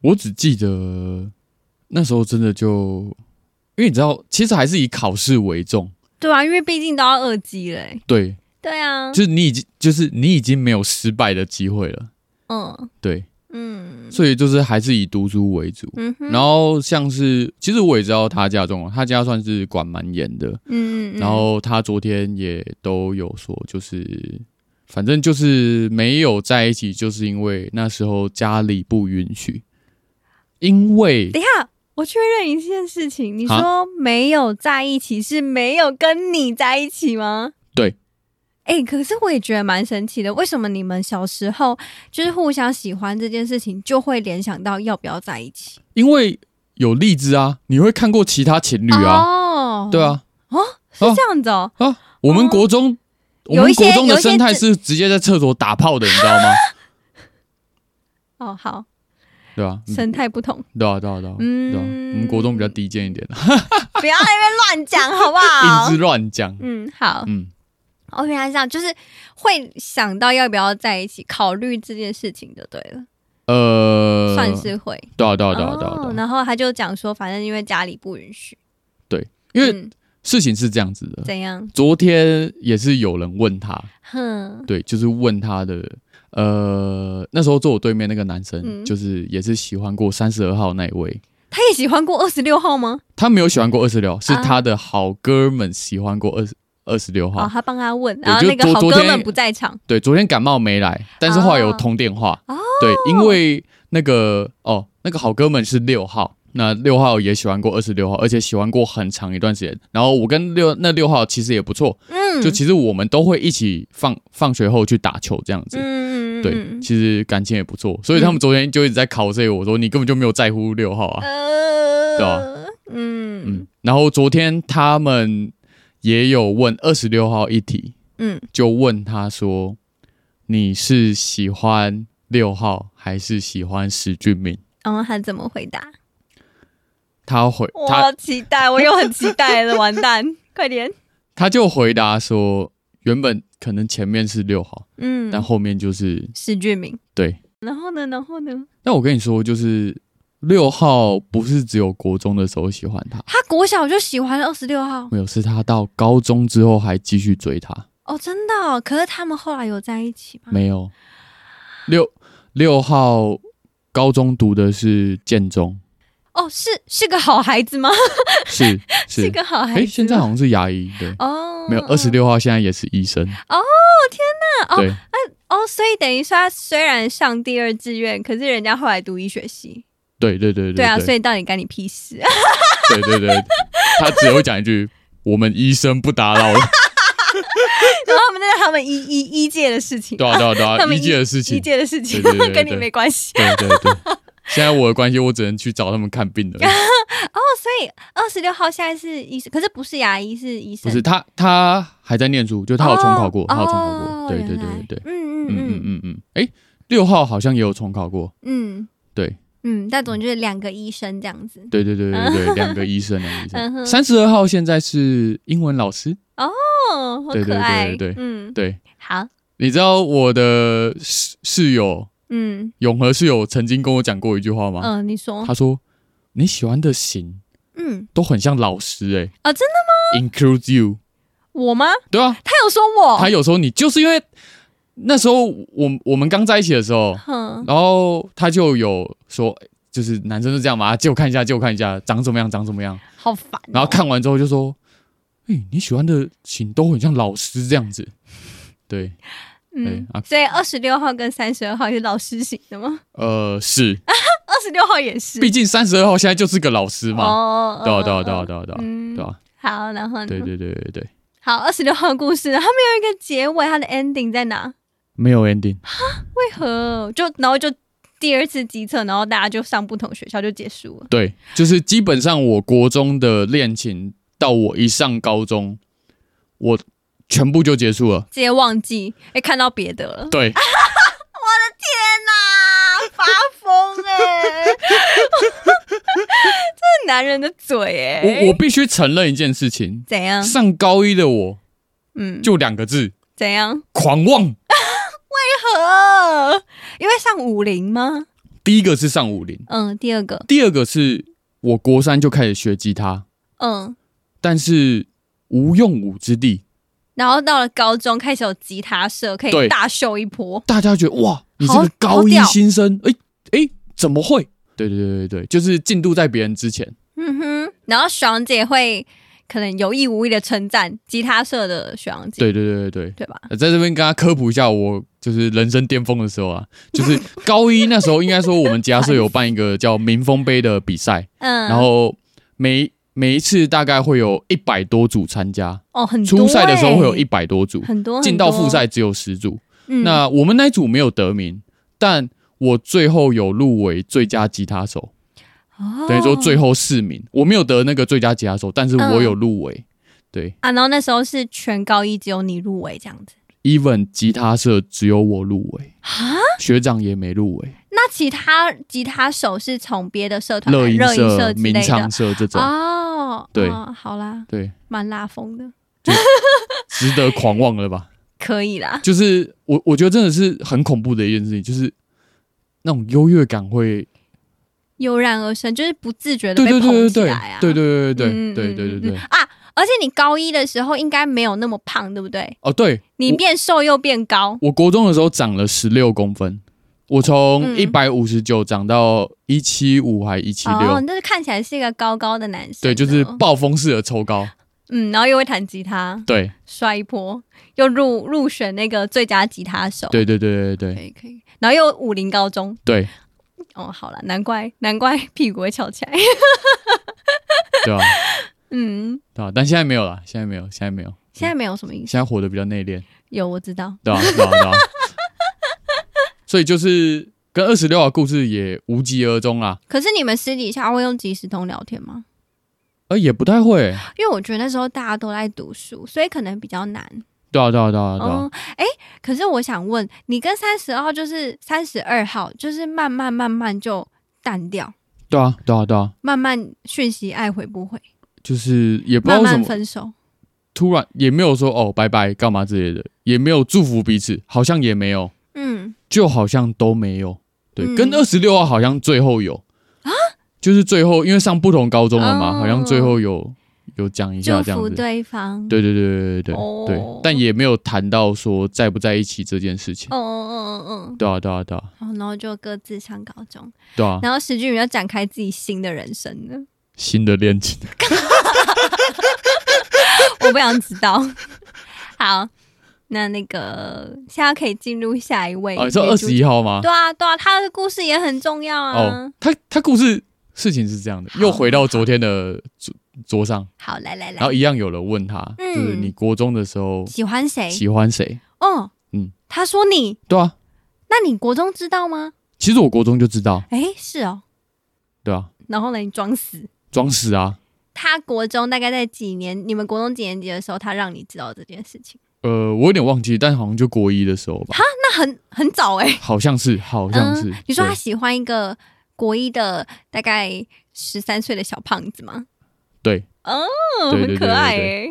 Speaker 2: 我只记得那时候真的就，因为你知道，其实还是以考试为重。
Speaker 1: 对啊，因为毕竟都要二级嘞、
Speaker 2: 对，
Speaker 1: 对啊，
Speaker 2: 就是你已经，就是你已经没有失败的机会了。
Speaker 1: 嗯
Speaker 2: 对，
Speaker 1: 嗯
Speaker 2: 所以就是还是以读书为主。
Speaker 1: 嗯哼，
Speaker 2: 然后像是，其实我也知道他家中，他家算是管蛮严的。
Speaker 1: 嗯嗯，嗯
Speaker 2: 然后他昨天也都有说，就是反正就是没有在一起，就是因为那时候家里不允许，因为
Speaker 1: 等一下，我确认一件事情，你
Speaker 2: 啊
Speaker 1: 说没有在一起是没有跟你在一起吗？
Speaker 2: 对。
Speaker 1: 哎、可是我也觉得蛮神奇的，为什么你们小时候就是互相喜欢这件事情，就会联想到要不要在一起？
Speaker 2: 因为有例子啊，你会看过其他情侣啊，
Speaker 1: 哦
Speaker 2: 对，啊
Speaker 1: 哦，是这样子哦，
Speaker 2: 啊，我们国中。我
Speaker 1: 有一
Speaker 2: 们
Speaker 1: 些
Speaker 2: 国中
Speaker 1: 哦有
Speaker 2: 的
Speaker 1: 一些
Speaker 2: 生态
Speaker 1: 只
Speaker 2: 是直接在厕所打炮的，你知道吗？
Speaker 1: 哦，好，
Speaker 2: 对吧、嗯
Speaker 1: 生态不同，
Speaker 2: 对啊，对啊，对啊，对啊。
Speaker 1: 嗯
Speaker 2: 我们国中比较低贱一点，
Speaker 1: 不要在那边乱讲，好不 好
Speaker 2: 一直？乱讲。
Speaker 1: 嗯，好，
Speaker 2: 嗯，
Speaker 1: 哦，原来是这样，就是会想到要不要在一起，考虑这件事情就对了，
Speaker 2: 呃，
Speaker 1: 算是会。
Speaker 2: 对啊，对啊，对啊，对啊，对
Speaker 1: 哦
Speaker 2: 啊。
Speaker 1: 然后他就讲说，反正因为家里不允许，
Speaker 2: 因为
Speaker 1: 嗯、
Speaker 2: 事情是这样子的，
Speaker 1: 怎样，
Speaker 2: 昨天也是有人问他，
Speaker 1: 嗯哼，
Speaker 2: 对，就是问他的，呃，那时候坐我对面那个男生，
Speaker 1: 嗯
Speaker 2: 就是也是喜欢过三十二号那一位，
Speaker 1: 他也喜欢过二十六号吗？
Speaker 2: 他没有喜欢过二十六，是
Speaker 1: 啊
Speaker 2: 他的好哥们喜欢过二二十六号。
Speaker 1: 哦，他帮他问，
Speaker 2: 对
Speaker 1: 然后那
Speaker 2: 就
Speaker 1: 个
Speaker 2: 昨
Speaker 1: 好哥
Speaker 2: 昨
Speaker 1: 们
Speaker 2: 天
Speaker 1: 不在场，
Speaker 2: 对，昨天感冒没来，但是后来有
Speaker 1: 哦
Speaker 2: 通电话。
Speaker 1: 哦
Speaker 2: 对，因为那个哦，那个好哥们是六号。那六号也喜欢过二十六号，而且喜欢过很长一段时间。然后我跟六那六号其实也不错，
Speaker 1: 嗯，
Speaker 2: 就其实我们都会一起放放学后去打球这样子。
Speaker 1: 嗯，嗯
Speaker 2: 对，
Speaker 1: 嗯
Speaker 2: 其实感情也不错，所以他们昨天就一直在考这个。我说你根本就没有在乎六号啊，
Speaker 1: 呃，
Speaker 2: 对啊
Speaker 1: 嗯
Speaker 2: 嗯。然后昨天他们也有问二十六号一题，
Speaker 1: 嗯，
Speaker 2: 就问他说你是喜欢六号还是喜欢石俊明？
Speaker 1: 然后他怎么回答？
Speaker 2: 他回
Speaker 1: 我
Speaker 2: 他
Speaker 1: 好期待，我又很期待 了，完蛋，快点，
Speaker 2: 他就回答说，原本可能前面是六号，
Speaker 1: 嗯，
Speaker 2: 但后面就是
Speaker 1: 石俊明，
Speaker 2: 对。
Speaker 1: 然后呢，然后呢，
Speaker 2: 但我跟你说，就是六号不是只有国中的时候喜欢他，
Speaker 1: 他国小就喜欢二十六号，
Speaker 2: 没有，是他到高中之后还继续追他。
Speaker 1: 哦，真的哦、可是他们后来有在一起吗？
Speaker 2: 没有，六六号高中读的是建中，
Speaker 1: 哦，是是个好孩子吗？
Speaker 2: 是
Speaker 1: 是
Speaker 2: 是，
Speaker 1: 个好孩子吗。
Speaker 2: 哎，现在好像是牙医，对，
Speaker 1: 哦，
Speaker 2: 没有，二十六号现在也是医生。
Speaker 1: 哦，
Speaker 2: 天
Speaker 1: 哪哦
Speaker 2: 对，
Speaker 1: 哦，所以等于说他虽然上第二志愿，可是人家后来读医学系，
Speaker 2: 对对对
Speaker 1: 对啊，所
Speaker 2: 对
Speaker 1: 以到底干你屁事？
Speaker 2: 对对对，他只会讲一句“我们医生不打扰”，
Speaker 1: 然后他们那是他们医医医界的事情，
Speaker 2: 对啊对啊对
Speaker 1: 他
Speaker 2: 啊，
Speaker 1: 们
Speaker 2: 医界的事情
Speaker 1: 医，界的事情
Speaker 2: 对对对 对
Speaker 1: 跟你没关系。
Speaker 2: 对对对。现在我的关系，我只能去找他们看病 了。
Speaker 1: 哦，所以二十六号现在是医生，可是不是牙医，是医
Speaker 2: 不
Speaker 1: 生。
Speaker 2: 是他，他还在念书，就他有重考过，
Speaker 1: 哦
Speaker 2: 他有重考
Speaker 1: 哦
Speaker 2: 过。对对对
Speaker 1: 原来
Speaker 2: 对对。
Speaker 1: 嗯
Speaker 2: 嗯
Speaker 1: 嗯
Speaker 2: 嗯
Speaker 1: 嗯
Speaker 2: 嗯嗯，哎、六号好像也有重考过，
Speaker 1: 嗯
Speaker 2: 对
Speaker 1: 嗯，但总之就是两个医生这样子。
Speaker 2: 对对对对对，两个医生，两个
Speaker 1: 嗯
Speaker 2: 医生。
Speaker 1: 哼
Speaker 2: 三十二号现在是英文老师，
Speaker 1: 哦，好
Speaker 2: 对对
Speaker 1: 可爱。
Speaker 2: 对对对
Speaker 1: 嗯，
Speaker 2: 对，
Speaker 1: 好，
Speaker 2: 你知道我的室室友
Speaker 1: 嗯
Speaker 2: 永和室友曾经跟我讲过一句话吗？
Speaker 1: 嗯，你说，
Speaker 2: 他说你喜欢的型
Speaker 1: 嗯，
Speaker 2: 都很像老师、欸，
Speaker 1: 哦，真的哦
Speaker 2: 哎，includes you，
Speaker 1: 我吗？
Speaker 2: 对啊，
Speaker 1: 他有说我，
Speaker 2: 他有时候你就是因为那时候我我们刚在一起的时候，
Speaker 1: 哼，
Speaker 2: 然后他就有说。就是男生是这样嘛，啊借我看一下，借我看一下，长怎么样，长怎么样。
Speaker 1: 好烦哦、
Speaker 2: 然后看完之后就说：“哎、你喜欢的型都很像老师这样子。”对，
Speaker 1: 嗯
Speaker 2: 哎啊，
Speaker 1: 所以二十六号跟三十二号是老师型的吗？
Speaker 2: 呃，是，
Speaker 1: 二十六号也是
Speaker 2: 毕竟三十二号现在就是个老师嘛，
Speaker 1: 哦
Speaker 2: 啊对啊，对啊，对啊，对啊，对啊，
Speaker 1: 嗯
Speaker 2: 对啊，
Speaker 1: 好，然后呢
Speaker 2: 对对对对对，
Speaker 1: 好，二十六号故事，它没有一个结尾，它的 ending 在哪？
Speaker 2: 没有 ending。
Speaker 1: 为何就然后就第二次机测，然后大家就上不同学校就结束了？
Speaker 2: 对，就是基本上我国中的恋情到我一上高中，我全部就结束了。
Speaker 1: 直接忘记，哎、看到别的了。
Speaker 2: 对，
Speaker 1: 天哪，发疯哎、这 是男人的嘴哎、嗯
Speaker 2: 我我必须承认一件事情，
Speaker 1: 怎样？
Speaker 2: 上高一的我
Speaker 1: 嗯，
Speaker 2: 就两个字：
Speaker 1: 怎样？
Speaker 2: 狂妄。
Speaker 1: 呵，因为上五零吗？
Speaker 2: 第一个是上武林，
Speaker 1: 嗯，第二个，
Speaker 2: 第二个是我国三就开始学吉他，
Speaker 1: 嗯，
Speaker 2: 但是无用武之地，
Speaker 1: 然后到了高中开始有吉他社，可以
Speaker 2: 对
Speaker 1: 大秀一波。
Speaker 2: 大家觉得哇，你这
Speaker 1: 好
Speaker 2: 个高一
Speaker 1: 好屌
Speaker 2: 新生，哎哎、怎么会？对对对对对，就是进度在别人之前。
Speaker 1: 嗯哼，然后爽姐会可能有意无意的称赞吉他社的爽姐，
Speaker 2: 对对对对对。
Speaker 1: 对吧？
Speaker 2: 呃在这边跟他科普一下，我就是人生巅峰的时 候啊，就是高一那时候，应该说我们家是有办一个叫民风杯的比赛，
Speaker 1: 嗯，
Speaker 2: 然后每每一次大概会有一百多组参加，
Speaker 1: 哦，很多、欸、
Speaker 2: 初赛的时候会有一百多组，
Speaker 1: 很多，
Speaker 2: 进到复赛
Speaker 1: 很
Speaker 2: 只有十组。
Speaker 1: 多，嗯
Speaker 2: 那我们那一组没有得名，但我最后有入围最佳吉他手，
Speaker 1: 哦
Speaker 2: 等于说最后四名，我没有得那个最佳吉他手，但是我有入围。对
Speaker 1: 啊，然后那时候是全高一只有你入围这样子
Speaker 2: ，even 吉他社只有我入围，
Speaker 1: 啊？
Speaker 2: 学长也没入围。
Speaker 1: 那其他吉他手是从别的社团
Speaker 2: 乐
Speaker 1: 来、
Speaker 2: 音
Speaker 1: 热音
Speaker 2: 社、
Speaker 1: 之类
Speaker 2: 民
Speaker 1: 的
Speaker 2: 唱社这种，
Speaker 1: 哦，
Speaker 2: 对
Speaker 1: 哦好啦，
Speaker 2: 对，
Speaker 1: 蛮拉风的，
Speaker 2: 值得狂妄了吧？
Speaker 1: 可以啦。
Speaker 2: 就是我，我觉得真的是很恐怖的一件事情，就是那种优越感会，
Speaker 1: 油然而生，就是不自觉的
Speaker 2: 对
Speaker 1: 被
Speaker 2: 对
Speaker 1: 捧
Speaker 2: 对
Speaker 1: 起
Speaker 2: 对
Speaker 1: 来啊！
Speaker 2: 对对对对对
Speaker 1: 嗯
Speaker 2: 对对对
Speaker 1: 嗯嗯嗯
Speaker 2: 对，
Speaker 1: 啊！而且你高一的时候应该没有那么胖，对不对？
Speaker 2: 哦，对
Speaker 1: 你变瘦又变高，
Speaker 2: 我国中的时候长了十六公分，我从
Speaker 1: 嗯
Speaker 2: 一百五十九长到一七五还一七
Speaker 1: 哦，
Speaker 2: 六，
Speaker 1: 那就看起来是一个高高的哦男生了。
Speaker 2: 对，就是暴风式的抽高，
Speaker 1: 嗯，然后又会弹吉他，
Speaker 2: 对
Speaker 1: 摔一波，又入入选那个最佳吉他手。，
Speaker 2: 对对对对对
Speaker 1: 可以可以。然后又武林高中，
Speaker 2: 对
Speaker 1: 哦，好了，难怪难怪屁股会翘起来。
Speaker 2: 对啊
Speaker 1: 嗯，
Speaker 2: 对啊，但现在没有了，现在没有，现在没有，
Speaker 1: 现在没有什么影响。
Speaker 2: 现在活得比较内敛。
Speaker 1: 有，我知道。
Speaker 2: 对啊，对啊，对啊。所以就是跟二十六号故事也无疾而终啦，
Speaker 1: 可是你们私底下会用即时通聊天吗？
Speaker 2: 呃，也不太会、
Speaker 1: 因为我觉得那时候大家都在读书，所以可能比较难。
Speaker 2: 对啊，对啊，对啊，对啊
Speaker 1: 哦，，哎、可是我想问，你跟三十号就是三十二号，就是慢慢慢慢就淡掉，
Speaker 2: 对啊，对啊，对啊，
Speaker 1: 慢慢讯息爱回不回，
Speaker 2: 就是也不知道
Speaker 1: 慢
Speaker 2: 为什
Speaker 1: 慢
Speaker 2: 么，
Speaker 1: 分手。
Speaker 2: 突然也没有说哦拜拜干嘛之类的，也没有祝福彼此，好像也没有，
Speaker 1: 嗯，
Speaker 2: 就好像都没有。对，
Speaker 1: 嗯
Speaker 2: 跟二十六号好像最后有啊，就是最后因为上不同高中了嘛，
Speaker 1: 哦
Speaker 2: 好像最后有有讲一
Speaker 1: 祝
Speaker 2: 下这样
Speaker 1: 福
Speaker 2: 子。
Speaker 1: 对方。
Speaker 2: 对对对对对对、
Speaker 1: 哦
Speaker 2: 对，但也没有谈到说在不在一起这件事情。
Speaker 1: 哦哦哦哦
Speaker 2: 对啊，对啊，对啊，
Speaker 1: 哦，然后然后就各自上高中，
Speaker 2: 对啊，
Speaker 1: 然后石俊宇要展开自己新的人生了。
Speaker 2: 新的恋情，
Speaker 1: 我不想知道。 好，那那个现在可以进入下一位。
Speaker 2: 哦，你说二十一号吗？
Speaker 1: 对啊，对啊，他的故事也很重要啊。
Speaker 2: 哦，他他故事事情是这样的，又回到昨天的桌桌上，
Speaker 1: 好，来来
Speaker 2: 然后
Speaker 1: 来，
Speaker 2: 一样有人问他，
Speaker 1: 嗯
Speaker 2: 就是你国中的时候
Speaker 1: 喜欢谁？
Speaker 2: 喜欢谁？
Speaker 1: 哦，
Speaker 2: 嗯
Speaker 1: 他说你，
Speaker 2: 对啊，
Speaker 1: 那你国中知道吗？
Speaker 2: 其实我国中就知道，
Speaker 1: 诶，是哦。
Speaker 2: 对啊，
Speaker 1: 然后呢，你装死。
Speaker 2: 装死啊，
Speaker 1: 他国中大概在几年？你们国中几年级的时候，他让你知道这件事情？
Speaker 2: 呃，我有点忘记，但好像就国一的时候吧，
Speaker 1: 那很很早诶。
Speaker 2: 好像是，好像是
Speaker 1: 嗯，，你说他
Speaker 2: 对
Speaker 1: 喜欢一个国一的大概十三岁的小胖子吗？
Speaker 2: 对，
Speaker 1: 哦，很
Speaker 2: 对对对
Speaker 1: 可爱
Speaker 2: 对对
Speaker 1: 诶。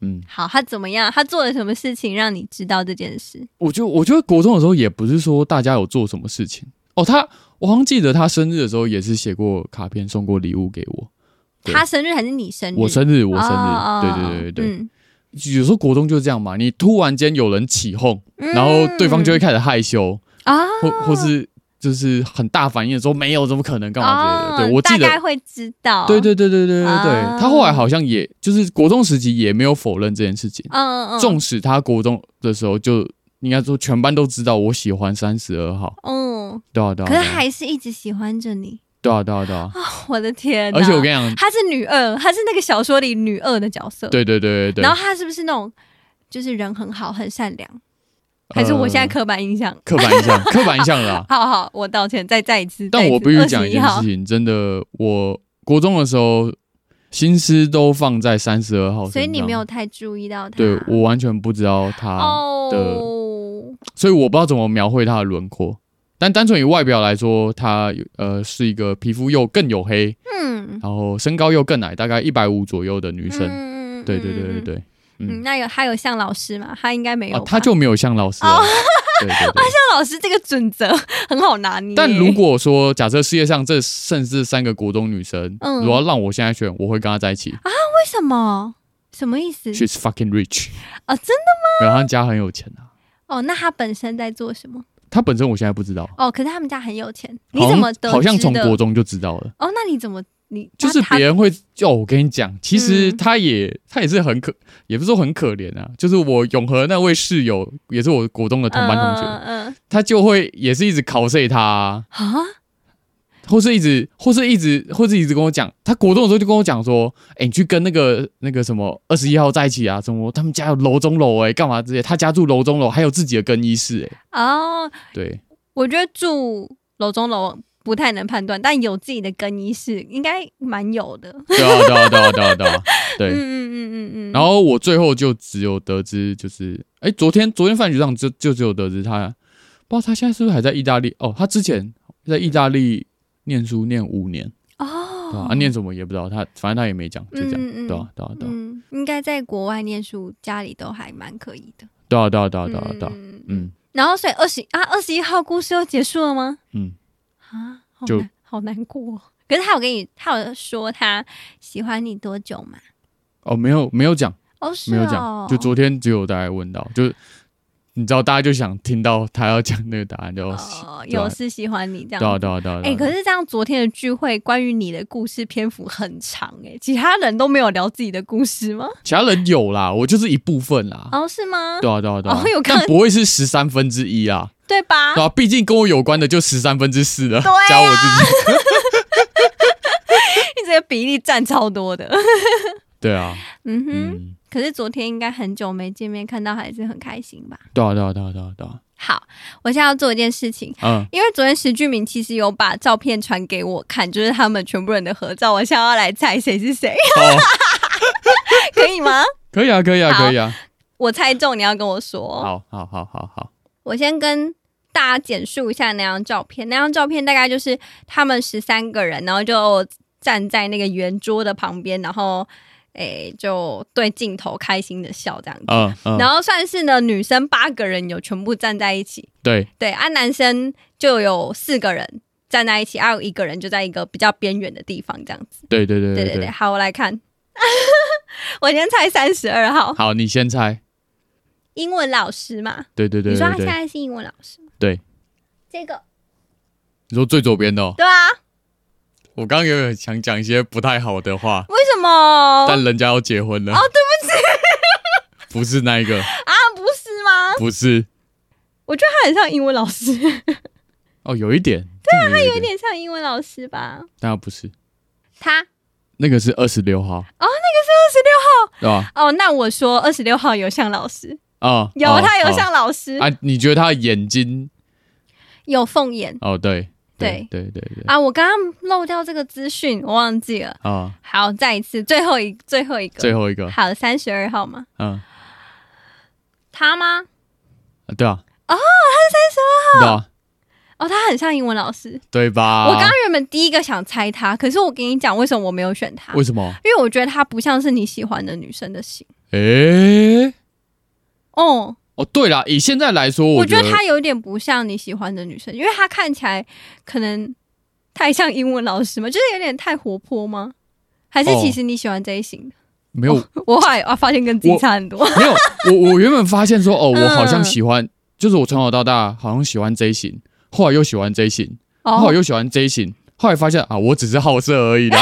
Speaker 2: 嗯，
Speaker 1: 好，他怎么样？他做了什么事情让你知道这件事？
Speaker 2: 我就我觉得国中的时候也不是说大家有做什么事情哦，他我好像记得他生日的时候也是写过卡片，送过礼物给我。对
Speaker 1: 他生日还是你生日？
Speaker 2: 我生日，我生日，
Speaker 1: 哦
Speaker 2: 对对对对对，
Speaker 1: 嗯
Speaker 2: 有时候国中就是这样嘛，你突然间有人起哄，
Speaker 1: 嗯
Speaker 2: 然后对方就会开始害羞，
Speaker 1: 啊，
Speaker 2: 或或是就是很大反应的说没有，怎么可能干嘛之类的。
Speaker 1: 哦
Speaker 2: 对我记
Speaker 1: 大概
Speaker 2: 得，
Speaker 1: 会知道。
Speaker 2: 对，对对对对对对
Speaker 1: 啊，
Speaker 2: 他后来好像也就是国中时期也没有否认这件事情，
Speaker 1: 嗯嗯，
Speaker 2: 纵使他国中的时候就应该说全班都知道我喜欢三十二号，
Speaker 1: 嗯，
Speaker 2: 对啊对啊，
Speaker 1: 可是
Speaker 2: 对啊
Speaker 1: 还是一直喜欢着你。
Speaker 2: 对啊，对啊，对啊。
Speaker 1: 我的天哪！
Speaker 2: 而且我跟你讲，
Speaker 1: 她是女二，她是那个小说里女二的角色。
Speaker 2: 对对对对对。
Speaker 1: 然后她是不是那种就是人很好、很善良？还是我现在
Speaker 2: 呃
Speaker 1: 刻板印 象？
Speaker 2: 刻板 印象，刻板印象啦。
Speaker 1: 好好，我道歉，再再一次。哦
Speaker 2: 但我必须讲一
Speaker 1: 一
Speaker 2: 件事情，真的，我国中的时候心思都放在三十二号身上，
Speaker 1: 所以你没有哦太注意到她。
Speaker 2: 对我完全不知道他，
Speaker 1: 哦，
Speaker 2: 所以我不知道怎么描绘他的轮廓。但单纯以外表来说，他有呃是一个皮肤又更黝黑，
Speaker 1: 嗯，
Speaker 2: 然后身高又更矮，大概一百五左右的女生。
Speaker 1: 嗯
Speaker 2: 对对对对。
Speaker 1: 嗯嗯
Speaker 2: 对，
Speaker 1: 嗯，
Speaker 2: 嗯，
Speaker 1: 那有她有像老师吗？她应该没有
Speaker 2: 啊
Speaker 1: 吧。，哦
Speaker 2: 他就没有像老师了。对 对对。
Speaker 1: 像老师这个准则很好拿捏。
Speaker 2: 但如果说假设世界上这甚至三个国中女生，
Speaker 1: 嗯啊
Speaker 2: 如果要让我现在选，我会跟她在一起。
Speaker 1: 为什么？什么意思？
Speaker 2: She's fucking rich。
Speaker 1: 哦，真
Speaker 2: 然后他们家很有钱啊。
Speaker 1: 哦，那她本身在做什么？
Speaker 2: 他本身我现在不知道，
Speaker 1: 哦，可是他们家很有钱，你
Speaker 2: 好像
Speaker 1: 怎么得知的？
Speaker 2: 好像从国中就知道了。
Speaker 1: 哦，那你怎么你
Speaker 2: 就是
Speaker 1: 那他
Speaker 2: 别人会哦，我跟你讲，其实
Speaker 1: 嗯
Speaker 2: 他也、他也是很可，也不是说很可怜啊。就是我永和那位室友，也是我国中的同班同学，
Speaker 1: 嗯
Speaker 2: 他就会也是一直 cos 他、啊，
Speaker 1: 嗯啊，
Speaker 2: 或是一直或是一直或是一直跟我讲，他国中的时候就跟我讲说，哎、你去跟那个那个什么二十一号在一起啊，什么他们家有楼中楼哎、干嘛之类，他家住楼中楼，还有自己的更衣室哎、
Speaker 1: 哦，
Speaker 2: 对，
Speaker 1: 我觉得住楼中楼不太能判断，但有自己的更衣室应该蛮有的。
Speaker 2: 对啊对啊对啊对啊对啊，对
Speaker 1: 嗯。嗯嗯嗯嗯。
Speaker 2: 然后我最后就只有得知，就是哎，昨天昨天饭局上就就只有得知他，不知道他现在是不是还在意大利哦？他之前在意大利念书念五年，对吧、
Speaker 1: 哦，
Speaker 2: 啊，念什么也不知道，他反正他也没讲，就这样，
Speaker 1: 嗯嗯嗯
Speaker 2: 对啊，对啊，对啊，
Speaker 1: 嗯，应该在国外念书，家里都还蛮可以的。
Speaker 2: 对啊，对啊，对啊，对啊，对啊，
Speaker 1: 嗯嗯。
Speaker 2: 嗯，
Speaker 1: 然后，所以二十啊，二十一号故事又结束了吗？
Speaker 2: 嗯，
Speaker 1: 啊，好
Speaker 2: 就
Speaker 1: 难，好难过哦。可是他有跟你，他有说他喜欢你多久吗？
Speaker 2: 哦，没有没有讲，
Speaker 1: 哦，是
Speaker 2: 没有
Speaker 1: 哦
Speaker 2: 讲，，就昨天只有大概问到，就是你知道大家就想听到他要讲那个答案，就要死
Speaker 1: 哦，
Speaker 2: 对啊
Speaker 1: 有是喜欢你这
Speaker 2: 对啊，
Speaker 1: 样。
Speaker 2: 对啊，对啊，
Speaker 1: 哎、
Speaker 2: 对啊
Speaker 1: 可是这样，昨天的聚会关于你的故事篇幅很长哎、其他人都没有聊自己的故事吗？
Speaker 2: 其他人有啦，我就是一部分啦，
Speaker 1: 哦，是吗？
Speaker 2: 对啊，对啊，对啊
Speaker 1: 哦有，看
Speaker 2: 但不会是十三分之一啊，
Speaker 1: 对吧？
Speaker 2: 对啊，毕竟跟我有关的就十三分之四了，
Speaker 1: 对啊
Speaker 2: 加我自己，
Speaker 1: 你这个比例占超多的。
Speaker 2: 对啊，
Speaker 1: 嗯哼，
Speaker 2: 嗯，
Speaker 1: 可是昨天应该很久没见面，看到还是很开心吧？
Speaker 2: 对啊，对啊，对啊，对啊，对啊，
Speaker 1: 好，我现在要做一件事情。
Speaker 2: 嗯，
Speaker 1: 因为昨天石俊明其实有把照片传给我看，就是他们全部人的合照，我现在要来猜谁是 谁，
Speaker 2: 哦，
Speaker 1: 可以吗？
Speaker 2: 可以啊，可以啊，
Speaker 1: 好
Speaker 2: 可以啊，
Speaker 1: 我猜中，你要跟我说。
Speaker 2: 好好好好好，
Speaker 1: 我先跟大家简述一下那张照片。那张照片大概就是他们十三个人，然后就站在那个圆桌的旁边，然后诶就对镜头开心的笑这样子。
Speaker 2: 嗯嗯，
Speaker 1: 然后算是呢，女生八个人有全部站在一起，
Speaker 2: 对，
Speaker 1: 对，啊，男生就有四个人站在一起，啊还有一个人就在一个比较边缘的地方这样子。
Speaker 2: 对对对
Speaker 1: 对
Speaker 2: 对
Speaker 1: 对对，，好，我来看， 我先猜三十二号
Speaker 2: 好，你先猜，
Speaker 1: 英文老师嘛，
Speaker 2: 对对对
Speaker 1: 你说他
Speaker 2: 对
Speaker 1: 现
Speaker 2: 对，
Speaker 1: 在是英文老师吗？
Speaker 2: 对，
Speaker 1: 这个
Speaker 2: 你说最左边的哦，
Speaker 1: 对啊，
Speaker 2: 我刚刚有点想讲一些不太好的话，
Speaker 1: 为什么？
Speaker 2: 但人家要结婚了，哦，对不起，不是那一 个，
Speaker 1: 啊，不是吗？
Speaker 2: 不是，
Speaker 1: 我觉得他很像英文老 师，有
Speaker 2: 哦，有一点，对啊，他有一点，
Speaker 1: 点像英文老师吧？
Speaker 2: 但他不是，
Speaker 1: 他
Speaker 2: 那个是二十六号，
Speaker 1: 哦，那个是二十六
Speaker 2: 对吧？
Speaker 1: 号哦，那我说二十六号有像老师，
Speaker 2: 啊，
Speaker 1: 有、
Speaker 2: 哦
Speaker 1: 他有
Speaker 2: 哦
Speaker 1: 像老师，
Speaker 2: 啊，你觉得他的眼睛？
Speaker 1: 有凤眼
Speaker 2: 哦，对，
Speaker 1: 对
Speaker 2: 对对对，
Speaker 1: 啊！我刚刚漏掉这个资讯，我忘记了。
Speaker 2: 啊，
Speaker 1: 好，再一次，最后一最后一个，
Speaker 2: 最后一个，
Speaker 1: 好，三十二号吗？
Speaker 2: 嗯，
Speaker 1: 他吗？
Speaker 2: 对啊，
Speaker 1: 哦，
Speaker 2: 他是三十二号，
Speaker 1: 哦，他很像英文老师。
Speaker 2: 对吧？
Speaker 1: 我刚刚原本第一个想猜他，可是我跟你讲，为什么我没有选他？
Speaker 2: 为什么？
Speaker 1: 因为我觉得他不像是你喜欢的女生的型。
Speaker 2: 诶，
Speaker 1: 哦，
Speaker 2: 哦，对啦，以现在来说，
Speaker 1: 我
Speaker 2: 觉
Speaker 1: 觉得他有点不像你喜欢的女生，因为他看起来可能太像英文老师嘛，就是有点太活泼吗？还是
Speaker 2: 哦
Speaker 1: 其实你喜欢这一型？
Speaker 2: 没有
Speaker 1: 我后来啊发现跟自己差很多。
Speaker 2: 没有，我我 原本发现说，哦，我好像
Speaker 1: 嗯
Speaker 2: 喜欢，就是我从小到大好像喜欢 J 型，后来又喜欢 J 型，后
Speaker 1: 哦
Speaker 2: 来，又喜欢 J 型，后来发现啊，我只是好色而已 啦。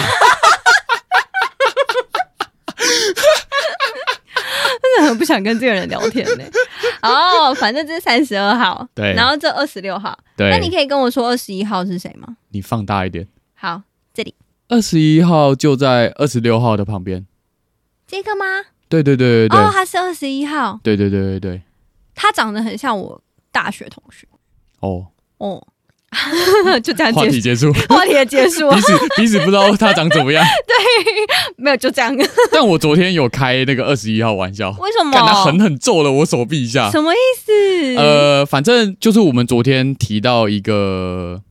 Speaker 1: 真的很不想跟这个人聊天呢、 哦，反正这是三十二号，
Speaker 2: 对
Speaker 1: 然后这二十六号，那你
Speaker 2: 对，
Speaker 1: 可以跟我说二十一号是谁吗？
Speaker 2: 你放大一点，
Speaker 1: 好，
Speaker 2: 二十一号就在二十六号的旁边。
Speaker 1: 这个吗？
Speaker 2: 对对对对对、
Speaker 1: 哦，他是二十一号，
Speaker 2: 对对对对对。
Speaker 1: 他长得很像我大学同学
Speaker 2: 哦，
Speaker 1: 哦，就这样
Speaker 2: 话
Speaker 1: 结
Speaker 2: 题
Speaker 1: 束，
Speaker 2: 结束，
Speaker 1: 话题也结束了啊
Speaker 2: 彼，此彼此不知道他长怎么样。
Speaker 1: 没有就这样，为
Speaker 2: 但我昨天有开那个二十一号玩笑，
Speaker 1: 什
Speaker 2: 看他狠
Speaker 1: 么？
Speaker 2: 狠揍了我手臂一下。
Speaker 1: 什么意思？
Speaker 2: 呃，反正就是我们昨天提到一个，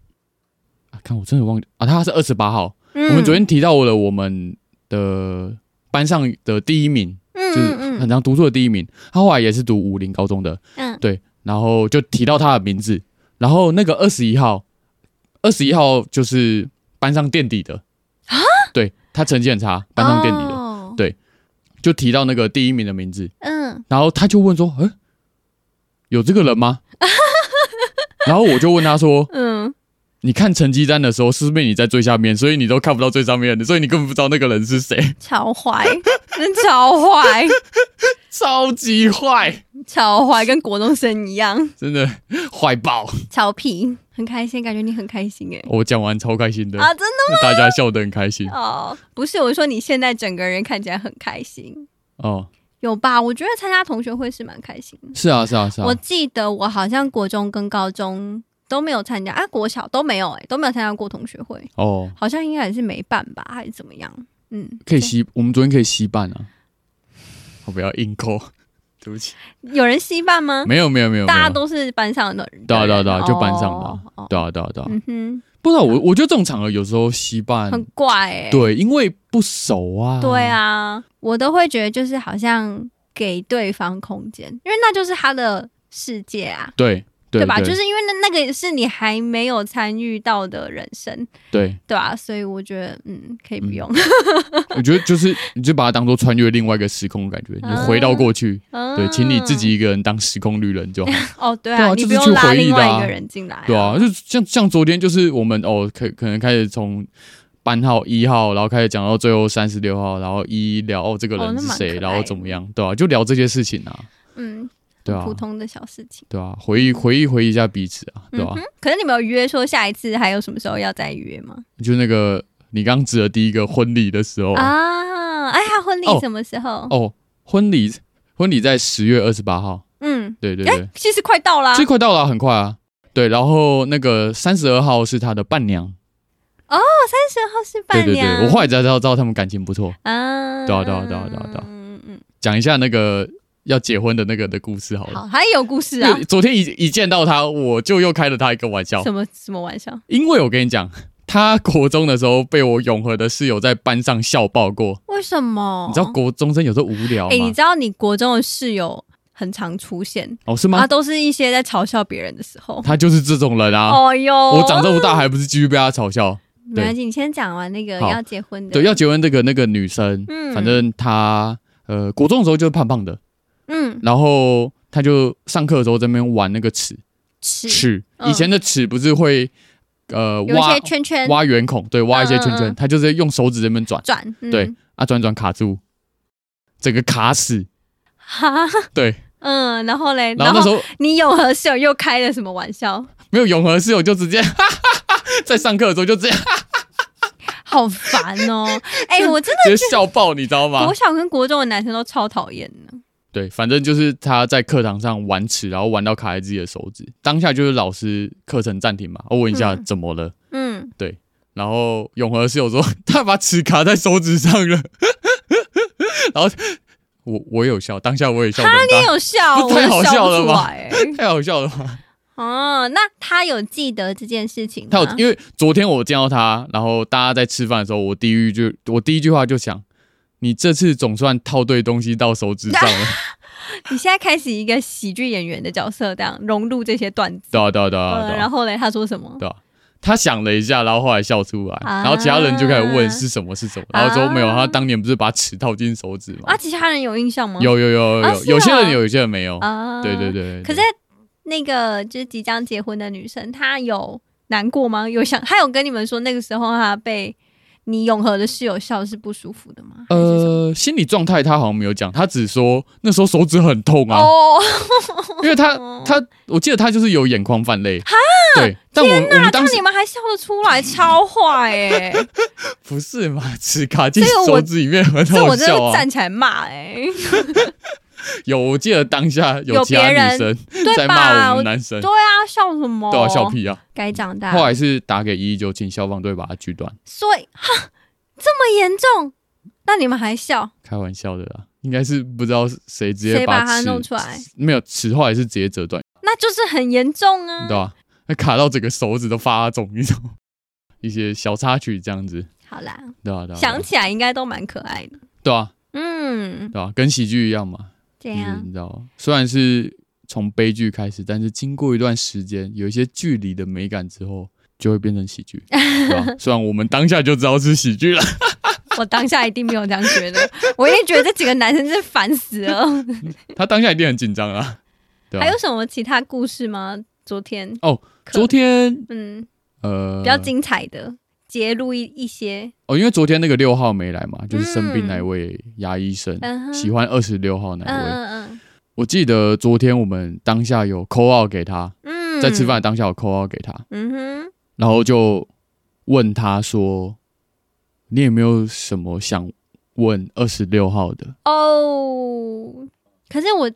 Speaker 2: 啊，看我真的忘记啊，他是二十八号、
Speaker 1: 嗯，
Speaker 2: 我们昨天提到了我们的班上的第一名，
Speaker 1: 嗯
Speaker 2: 就是
Speaker 1: 嗯
Speaker 2: 很
Speaker 1: 嗯
Speaker 2: 常读书的第一名。他后来也是读武林高中的，
Speaker 1: 嗯，
Speaker 2: 对，然后就提到他的名字，然后那个二十一号，二十一号就是班上垫底的对他成绩很差，班上垫底
Speaker 1: 啊
Speaker 2: 的，
Speaker 1: 哦
Speaker 2: 对就提到那个第一名的名字，
Speaker 1: 嗯
Speaker 2: 然后他就问说：“嗯，有这个人吗？” 然后我就问他说
Speaker 1: 嗯，：“
Speaker 2: 你看成绩单的时候，是不是你在最下面，所以你都看不到最上面的，所以你根本不知道那个人是谁，
Speaker 1: 超 坏，真超坏，
Speaker 2: 超级坏，
Speaker 1: 超坏，跟国中生一样，
Speaker 2: 真的坏爆！
Speaker 1: 超皮，很开心，感觉你很开心哎。
Speaker 2: 我讲完超开心的，
Speaker 1: 啊，真的
Speaker 2: 大家笑得很开心
Speaker 1: 哦，不是，我说你现在整个人看起来很开心，
Speaker 2: 哦。
Speaker 1: 有吧？我觉得参加同学会是蛮开心的。
Speaker 2: 是啊，是啊，是啊
Speaker 1: 我，记得我好像国中跟高中都没有参加，啊，国小都没有、欸，都没有参加过同学会，
Speaker 2: 哦，
Speaker 1: 好像应该也是没办吧，还是怎么样？嗯，
Speaker 2: 可以吸，我们昨天可以吸办啊。我不要硬扣，对不起，
Speaker 1: 有人稀办吗？
Speaker 2: 没有，没有，没有，
Speaker 1: 大家
Speaker 2: 没有
Speaker 1: 都是班上的人，
Speaker 2: 对啊，对啊，
Speaker 1: 人
Speaker 2: 对啊，就班上的
Speaker 1: 哦
Speaker 2: 啊
Speaker 1: 哦，
Speaker 2: 对啊，对啊，对啊。
Speaker 1: 嗯哼，
Speaker 2: 不知道我，我觉得这种场合有时候吸办
Speaker 1: 很怪哎、
Speaker 2: 对，因为不熟啊。
Speaker 1: 对，啊，我都会觉得就是好像给对方空间，因为那就是他的世界啊，
Speaker 2: 对对
Speaker 1: 对吧？就是因为那那个是你还没有参与到的人生，
Speaker 2: 对，
Speaker 1: 对吧、所以我觉得，嗯，可以不用。
Speaker 2: 我觉得就是你就把它当做穿越另外一个时空的感觉，你
Speaker 1: 嗯
Speaker 2: 回到过去，对，请你自己一个人当时空旅人就好，
Speaker 1: 哦，对
Speaker 2: 对
Speaker 1: 啊，
Speaker 2: 啊
Speaker 1: 你
Speaker 2: 就
Speaker 1: 不
Speaker 2: 是
Speaker 1: 用
Speaker 2: 去
Speaker 1: 拉
Speaker 2: 回忆
Speaker 1: 另
Speaker 2: 的
Speaker 1: 外一
Speaker 2: 啊
Speaker 1: 个人进来、
Speaker 2: 对啊，，就像像昨天就是我们哦，可可能开始从。班号一号，然后开始讲到最后三十六号，然后一聊哦这个
Speaker 1: 哦
Speaker 2: 人
Speaker 1: 那
Speaker 2: 是
Speaker 1: 蛮
Speaker 2: 谁，
Speaker 1: 可
Speaker 2: 然
Speaker 1: 爱
Speaker 2: 后
Speaker 1: 的
Speaker 2: 怎么样，对啊，就聊这些事情啊，
Speaker 1: 嗯，
Speaker 2: 对啊
Speaker 1: 普，通的小事情。
Speaker 2: 对啊，回忆回忆回忆一下彼此啊，对
Speaker 1: 嗯
Speaker 2: 吧、
Speaker 1: 哼，可是你们有约说下一次还有什么时候要再约吗？
Speaker 2: 就那个你刚指的第一个婚礼的时候
Speaker 1: 啊，哎呀，婚礼
Speaker 2: 哦
Speaker 1: 什么时候？
Speaker 2: 哦，婚礼婚礼在十月二十八号，
Speaker 1: 嗯，
Speaker 2: 对对
Speaker 1: 哎、
Speaker 2: 对，
Speaker 1: 其实快到啦
Speaker 2: 这、。快到了啊，很快啊。对，然后那个三十二号是他的伴娘，
Speaker 1: 三十号是伴
Speaker 2: 对对
Speaker 1: 娘，
Speaker 2: 对，我后来才知道知道他们感情不错。
Speaker 1: 啊，
Speaker 2: 对啊对啊对啊对啊对啊
Speaker 1: 嗯嗯
Speaker 2: 讲一下那个要结婚的那个的故事好
Speaker 1: 嗯，
Speaker 2: 了。
Speaker 1: 好，还有故事
Speaker 2: 哦因
Speaker 1: 啊
Speaker 2: 为？哦昨天一一见到他，我就又开了他一个玩笑
Speaker 1: 什，么什么玩笑？
Speaker 2: 因为我跟你讲，他国中的时候被我永和的室友在班上笑爆过。
Speaker 1: 为什么？
Speaker 2: 你知道？国中生有时候无聊
Speaker 1: 哎、哦你
Speaker 2: 吗？
Speaker 1: 知道你国中的室友很常出现，
Speaker 2: 哦，是
Speaker 1: 啊，
Speaker 2: 吗？
Speaker 1: 都是一些在嘲笑别人的时候。
Speaker 2: 他就是这种人啊！
Speaker 1: 哦哟，
Speaker 2: 我长这么大还不是继续被他嘲笑？
Speaker 1: 没关系，你先讲完那个
Speaker 2: 好
Speaker 1: 要结婚的。
Speaker 2: 对，要结婚这个那个女生，
Speaker 1: 嗯
Speaker 2: 反正她呃国中的时候就是胖胖的，
Speaker 1: 嗯，
Speaker 2: 然后他就上课的时候在那边玩那个尺
Speaker 1: 吃
Speaker 2: 尺，
Speaker 1: 嗯
Speaker 2: 以前的尺不是会呃
Speaker 1: 有一
Speaker 2: 挖
Speaker 1: 些圈圈
Speaker 2: 挖圆孔，对，挖一些圈
Speaker 1: 嗯嗯
Speaker 2: 圈，
Speaker 1: 嗯
Speaker 2: 他就是用手指这边转
Speaker 1: 转，嗯
Speaker 2: 对，啊转转卡住，整个卡死，
Speaker 1: 哈，
Speaker 2: 对，
Speaker 1: 嗯，然后嘞，
Speaker 2: 然后那时候
Speaker 1: 你永和室友又开了什么玩笑？
Speaker 2: 没有永和室友就直接 哈哈哈，在上课的时候就直接
Speaker 1: 好烦哦！ 哎、我真的
Speaker 2: 直接笑爆，你知道吗
Speaker 1: 国？小跟国中的男生都超讨厌的。
Speaker 2: 对，反正就是他在课堂上玩尺，然后玩到卡在自己的手指，当下就是老师课程暂停嘛，我问一下
Speaker 1: 嗯
Speaker 2: 怎么了，
Speaker 1: 嗯，
Speaker 2: 然后永和室友说 他把尺卡在手指上了， 然后我我也有笑，当下我也笑得很
Speaker 1: 你
Speaker 2: 大，
Speaker 1: 有笑，
Speaker 2: 不是太好
Speaker 1: 我笑
Speaker 2: 笑
Speaker 1: 不
Speaker 2: 了
Speaker 1: 出
Speaker 2: 吗
Speaker 1: 来、欸。
Speaker 2: 太好笑了吧？
Speaker 1: 哦，那他有记得这件事情吗？
Speaker 2: 他有因为昨天我见到他，然后大家在吃饭的时候，我第一句我第一句话就想，你这次总算套对东西到手指上了，
Speaker 1: 你现在开始一个喜剧演员的角色，这样融入这些段子。
Speaker 2: 对啊对啊对啊
Speaker 1: 嗯
Speaker 2: 对
Speaker 1: 然
Speaker 2: 啊
Speaker 1: 后嘞，他说什么？
Speaker 2: 对啊。他想了一下，然后后来笑出来，
Speaker 1: 啊
Speaker 2: 然后其他人就开始问是什么是什么，然后说没有，
Speaker 1: 啊
Speaker 2: 他当年不是把尺套进手指吗
Speaker 1: 啊，？其他人有印象吗？
Speaker 2: 有有有有
Speaker 1: 啊
Speaker 2: 有，
Speaker 1: 是
Speaker 2: 有些
Speaker 1: 哦
Speaker 2: 人有，有些人没有。
Speaker 1: 啊，
Speaker 2: 对对对，对
Speaker 1: 可是那个就是即将结婚的女生，她有难过吗？有想，她有跟你们说那个时候她被你永和的室友笑是不舒服的吗？还是什么
Speaker 2: 呃，心理状态他好像没有讲，他只说那时候手指很痛啊，
Speaker 1: 哦，
Speaker 2: 因为他他我记得他就是有眼眶泛泪，对，但我我们
Speaker 1: 那
Speaker 2: 当时
Speaker 1: 你们还笑得出 来，超坏哎、
Speaker 2: 不是嘛，指卡进
Speaker 1: 这个我
Speaker 2: 手指里面很
Speaker 1: 这
Speaker 2: 好
Speaker 1: 我真
Speaker 2: 笑
Speaker 1: 的
Speaker 2: 啊
Speaker 1: 站，起来骂哎、
Speaker 2: 有我记得当下有
Speaker 1: 有
Speaker 2: 其他
Speaker 1: 别人
Speaker 2: 女生
Speaker 1: 对
Speaker 2: 在
Speaker 1: 吧
Speaker 2: 骂我
Speaker 1: 我
Speaker 2: 们男生
Speaker 1: 对，啊，笑什么？
Speaker 2: 对啊，笑！屁啊！
Speaker 1: 该长大。
Speaker 2: 后来是打给一一九，请消防队把他锯断，
Speaker 1: 所以哈，这么严重，那你们还笑？
Speaker 2: 开玩笑的啦，应该是不知道谁直接
Speaker 1: 谁把它
Speaker 2: 齿
Speaker 1: 弄出来？
Speaker 2: 没有齿，后来是直接折断，
Speaker 1: 那就是很严重啊
Speaker 2: 对。吧？那卡到整个手指都发肿，你知道吗？ 一些小插曲这样子，
Speaker 1: 好啦，
Speaker 2: 对啊，对啊，对啊
Speaker 1: 想起来应该都蛮可爱的。
Speaker 2: 对啊，
Speaker 1: 嗯，
Speaker 2: 对啊，跟喜剧一样嘛，
Speaker 1: 这
Speaker 2: 就是
Speaker 1: 样
Speaker 2: 你知道吗，虽然是从悲剧开始，但是经过一段时间，有一些距离的美感之后，就会变成喜剧，对 吧？虽然我们当下就知道是喜剧了，
Speaker 1: 我当下一定没有这样觉得， 我一定觉得这几个男生真是烦死了。
Speaker 2: 他当下一定很紧张啊，对吧
Speaker 1: 还？有什么其他故事吗？昨天
Speaker 2: 哦，
Speaker 1: 可
Speaker 2: 昨天
Speaker 1: 嗯，
Speaker 2: 呃，
Speaker 1: 比较精彩的，揭露一一些。
Speaker 2: 哦，因为昨天那个六号没来嘛，就是生病
Speaker 1: 嗯
Speaker 2: 那位牙医生，
Speaker 1: 嗯哼
Speaker 2: 喜欢二十六号那
Speaker 1: 嗯
Speaker 2: 位。
Speaker 1: 嗯
Speaker 2: 我记得昨天我们当下有 call out 给他，
Speaker 1: 嗯嗯，
Speaker 2: 在吃饭的当下有 call out 给他，
Speaker 1: 嗯哼，
Speaker 2: 然后就问他说：“你有没有什么想问二十六号的
Speaker 1: 哦，可是我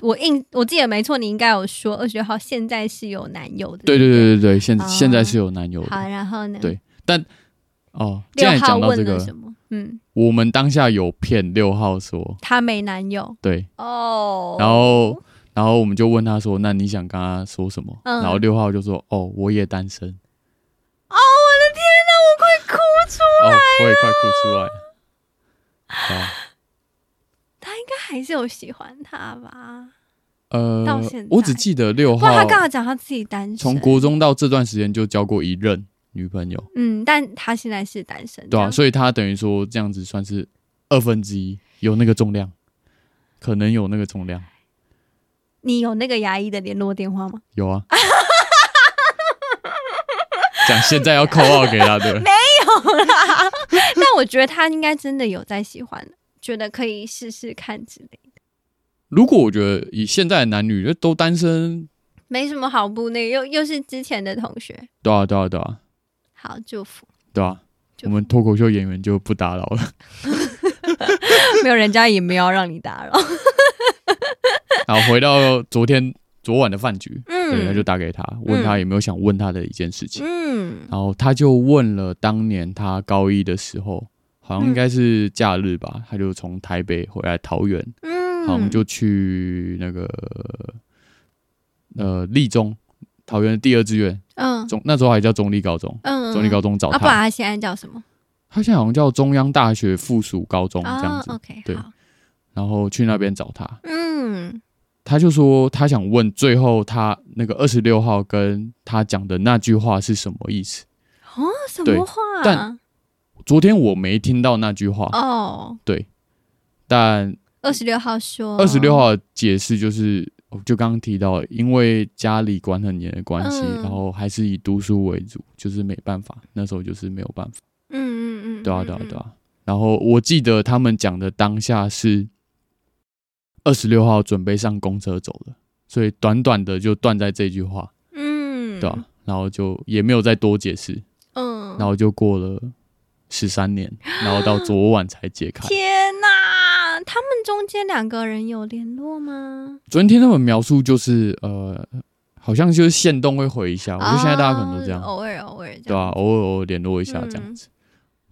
Speaker 1: 我印我记得没错，你应该有说二十六号现在是有男友的。？”
Speaker 2: 对对对对对，现、
Speaker 1: 哦
Speaker 2: 现在是有男友
Speaker 1: 不对。好，
Speaker 2: 的
Speaker 1: 然后呢？
Speaker 2: 对哦。既
Speaker 1: 六
Speaker 2: 然
Speaker 1: 号
Speaker 2: 讲到
Speaker 1: 问
Speaker 2: 这
Speaker 1: 了
Speaker 2: 个
Speaker 1: 什，么？嗯，
Speaker 2: 我们当下有骗六号说
Speaker 1: 她没男友
Speaker 2: 对，
Speaker 1: 哦。
Speaker 2: 然后然后我们就问他说：“那你想跟他说什么？”
Speaker 1: 嗯
Speaker 2: 然后六号就说：“哦，我也单身。”
Speaker 1: 哦，我的天哪，我快哭出！
Speaker 2: 哦，我也快哭出来了。好
Speaker 1: 他应该还是有喜欢他吧？到
Speaker 2: 呃
Speaker 1: 现在，
Speaker 2: 我只记得六
Speaker 1: 不然
Speaker 2: 号
Speaker 1: 他刚好讲他自己单身。
Speaker 2: 从国中到这段时间就交过一任女朋友，
Speaker 1: 嗯，但他现在是单身。
Speaker 2: 对
Speaker 1: 这
Speaker 2: 啊，
Speaker 1: 样
Speaker 2: 所以他等于说这样子算是二分之一，有那个重量，可能有那个重量，
Speaker 1: 你有那个牙医的联络电话吗？
Speaker 2: 有啊。讲现在要扣二给 他的，
Speaker 1: 但我觉得他应该真的有在喜欢，觉得可以试试看之类的，
Speaker 2: 如果我觉得以现在的男女就都单身，
Speaker 1: 没什么好不那个，又又是之前的同学，
Speaker 2: 对啊，对啊，对啊，
Speaker 1: 好祝福。
Speaker 2: 对啊，
Speaker 1: 就
Speaker 2: 我们脱口秀演员就不打扰了。
Speaker 1: 没有人家也没有让你 打扰，
Speaker 2: 好，回到昨天昨晚的饭局，对，他就
Speaker 1: 嗯
Speaker 2: 打给他，问他
Speaker 1: 嗯
Speaker 2: 有没有想问他的一件事情，
Speaker 1: 嗯
Speaker 2: 然后他就问了当年他高一的时
Speaker 1: 嗯
Speaker 2: 候，好像应该是假日吧，他就从台北回来桃园，
Speaker 1: 嗯，
Speaker 2: 好，我们就去那个呃立中，桃园的第二志愿
Speaker 1: 嗯
Speaker 2: 中，那时候还叫中立高中，
Speaker 1: 嗯
Speaker 2: 中立高中找
Speaker 1: 啊，不
Speaker 2: 他，
Speaker 1: 然他现在叫什么？
Speaker 2: 他现在好像叫中央大学附属高中这样
Speaker 1: 啊
Speaker 2: 子，
Speaker 1: ，OK，
Speaker 2: 对
Speaker 1: 好，
Speaker 2: 然后去那边找他，
Speaker 1: 嗯
Speaker 2: 他就说他想问最后他那个二十六号跟他讲的那句话是什么意思。
Speaker 1: 哦，什
Speaker 2: 对
Speaker 1: 么话？
Speaker 2: 但啊昨天我没听到那句话，
Speaker 1: 哦，
Speaker 2: 但
Speaker 1: 二十六号说，
Speaker 2: 二十六号的解释就是，哦就刚刚提到，因为家里管很严的关系，
Speaker 1: 嗯
Speaker 2: 然后还是以读书为主，就是没办法，那时候就是没有办法，
Speaker 1: 嗯，嗯嗯嗯，
Speaker 2: 对啊，对啊，对
Speaker 1: 啊，
Speaker 2: 啊。然后我记得他们讲的当下是二十六号准备上公车走了，所以短短的就断在这句话，
Speaker 1: 嗯，
Speaker 2: 对啊，然后就也没有再多解释，
Speaker 1: 嗯，
Speaker 2: 然后就过了十三年，然后到昨晚才解开。
Speaker 1: 天哪，他们中间两个人有联络吗？
Speaker 2: 昨天他们描述就是呃，好像就是线动会回一下，啊我觉得现在大家可能都这样，
Speaker 1: 啊偶尔偶尔哦这
Speaker 2: 对啊，
Speaker 1: 样。嗯
Speaker 2: 偶尔偶尔联络一下这样子，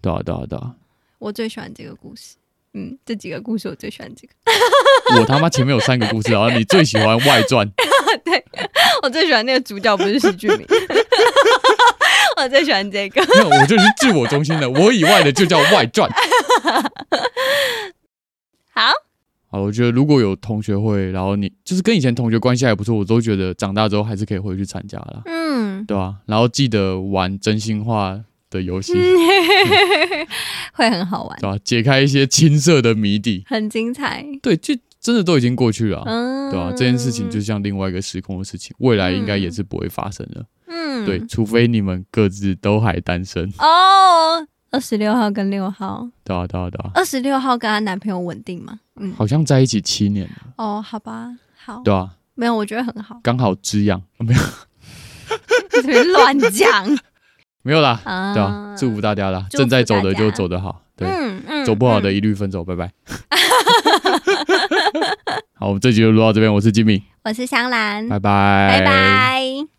Speaker 2: 对啊对啊对啊，
Speaker 1: 我最喜欢这个故事，嗯，这几个故事我最喜欢这个，
Speaker 2: 我他妈前面有三个故事，然啊后你最喜欢外传，
Speaker 1: 我最喜欢那个主角不是徐俊明， 我最喜欢这个。
Speaker 2: 没有，我就是自我中心的，我以外的就叫外传。
Speaker 1: 好，
Speaker 2: 好，我觉得如果有同学会，然后你就是跟以前同学关系还不错，我都觉得长大之后还是可以回去参加啦，
Speaker 1: 嗯，
Speaker 2: 对啊，然后记得玩真心话的游 戏，
Speaker 1: 嗯会很好玩
Speaker 2: 对，吧、解开一些青涩的谜底，
Speaker 1: 很精彩。
Speaker 2: 对，就真的都已经过去了啊、
Speaker 1: 嗯，
Speaker 2: 对啊，这件事情就像另外一个时空的事情，未来应该也是不会发生了。
Speaker 1: 嗯，
Speaker 2: 对，除非你们各自都还单身。
Speaker 1: 哦，二十六号跟六号，
Speaker 2: 对啊，对啊，对啊，
Speaker 1: 二十六号跟她男朋友稳定吗？嗯，
Speaker 2: 好像在一起七年了，
Speaker 1: 哦，好吧，好，
Speaker 2: 对啊，，
Speaker 1: 没有，我觉得很好
Speaker 2: 刚好滋养，没有
Speaker 1: 别乱讲
Speaker 2: 没有啦，
Speaker 1: 啊。
Speaker 2: 对啊，祝福大家啦，
Speaker 1: 祝福
Speaker 2: 正在走的
Speaker 1: 大家
Speaker 2: 就走得好，对，
Speaker 1: 嗯嗯，
Speaker 2: 走不好
Speaker 1: 嗯，
Speaker 2: 的一律分手，拜 拜。好，我们这集就录到这边，我是吉米，
Speaker 1: 我是香兰，
Speaker 2: 拜拜，
Speaker 1: 嗯拜拜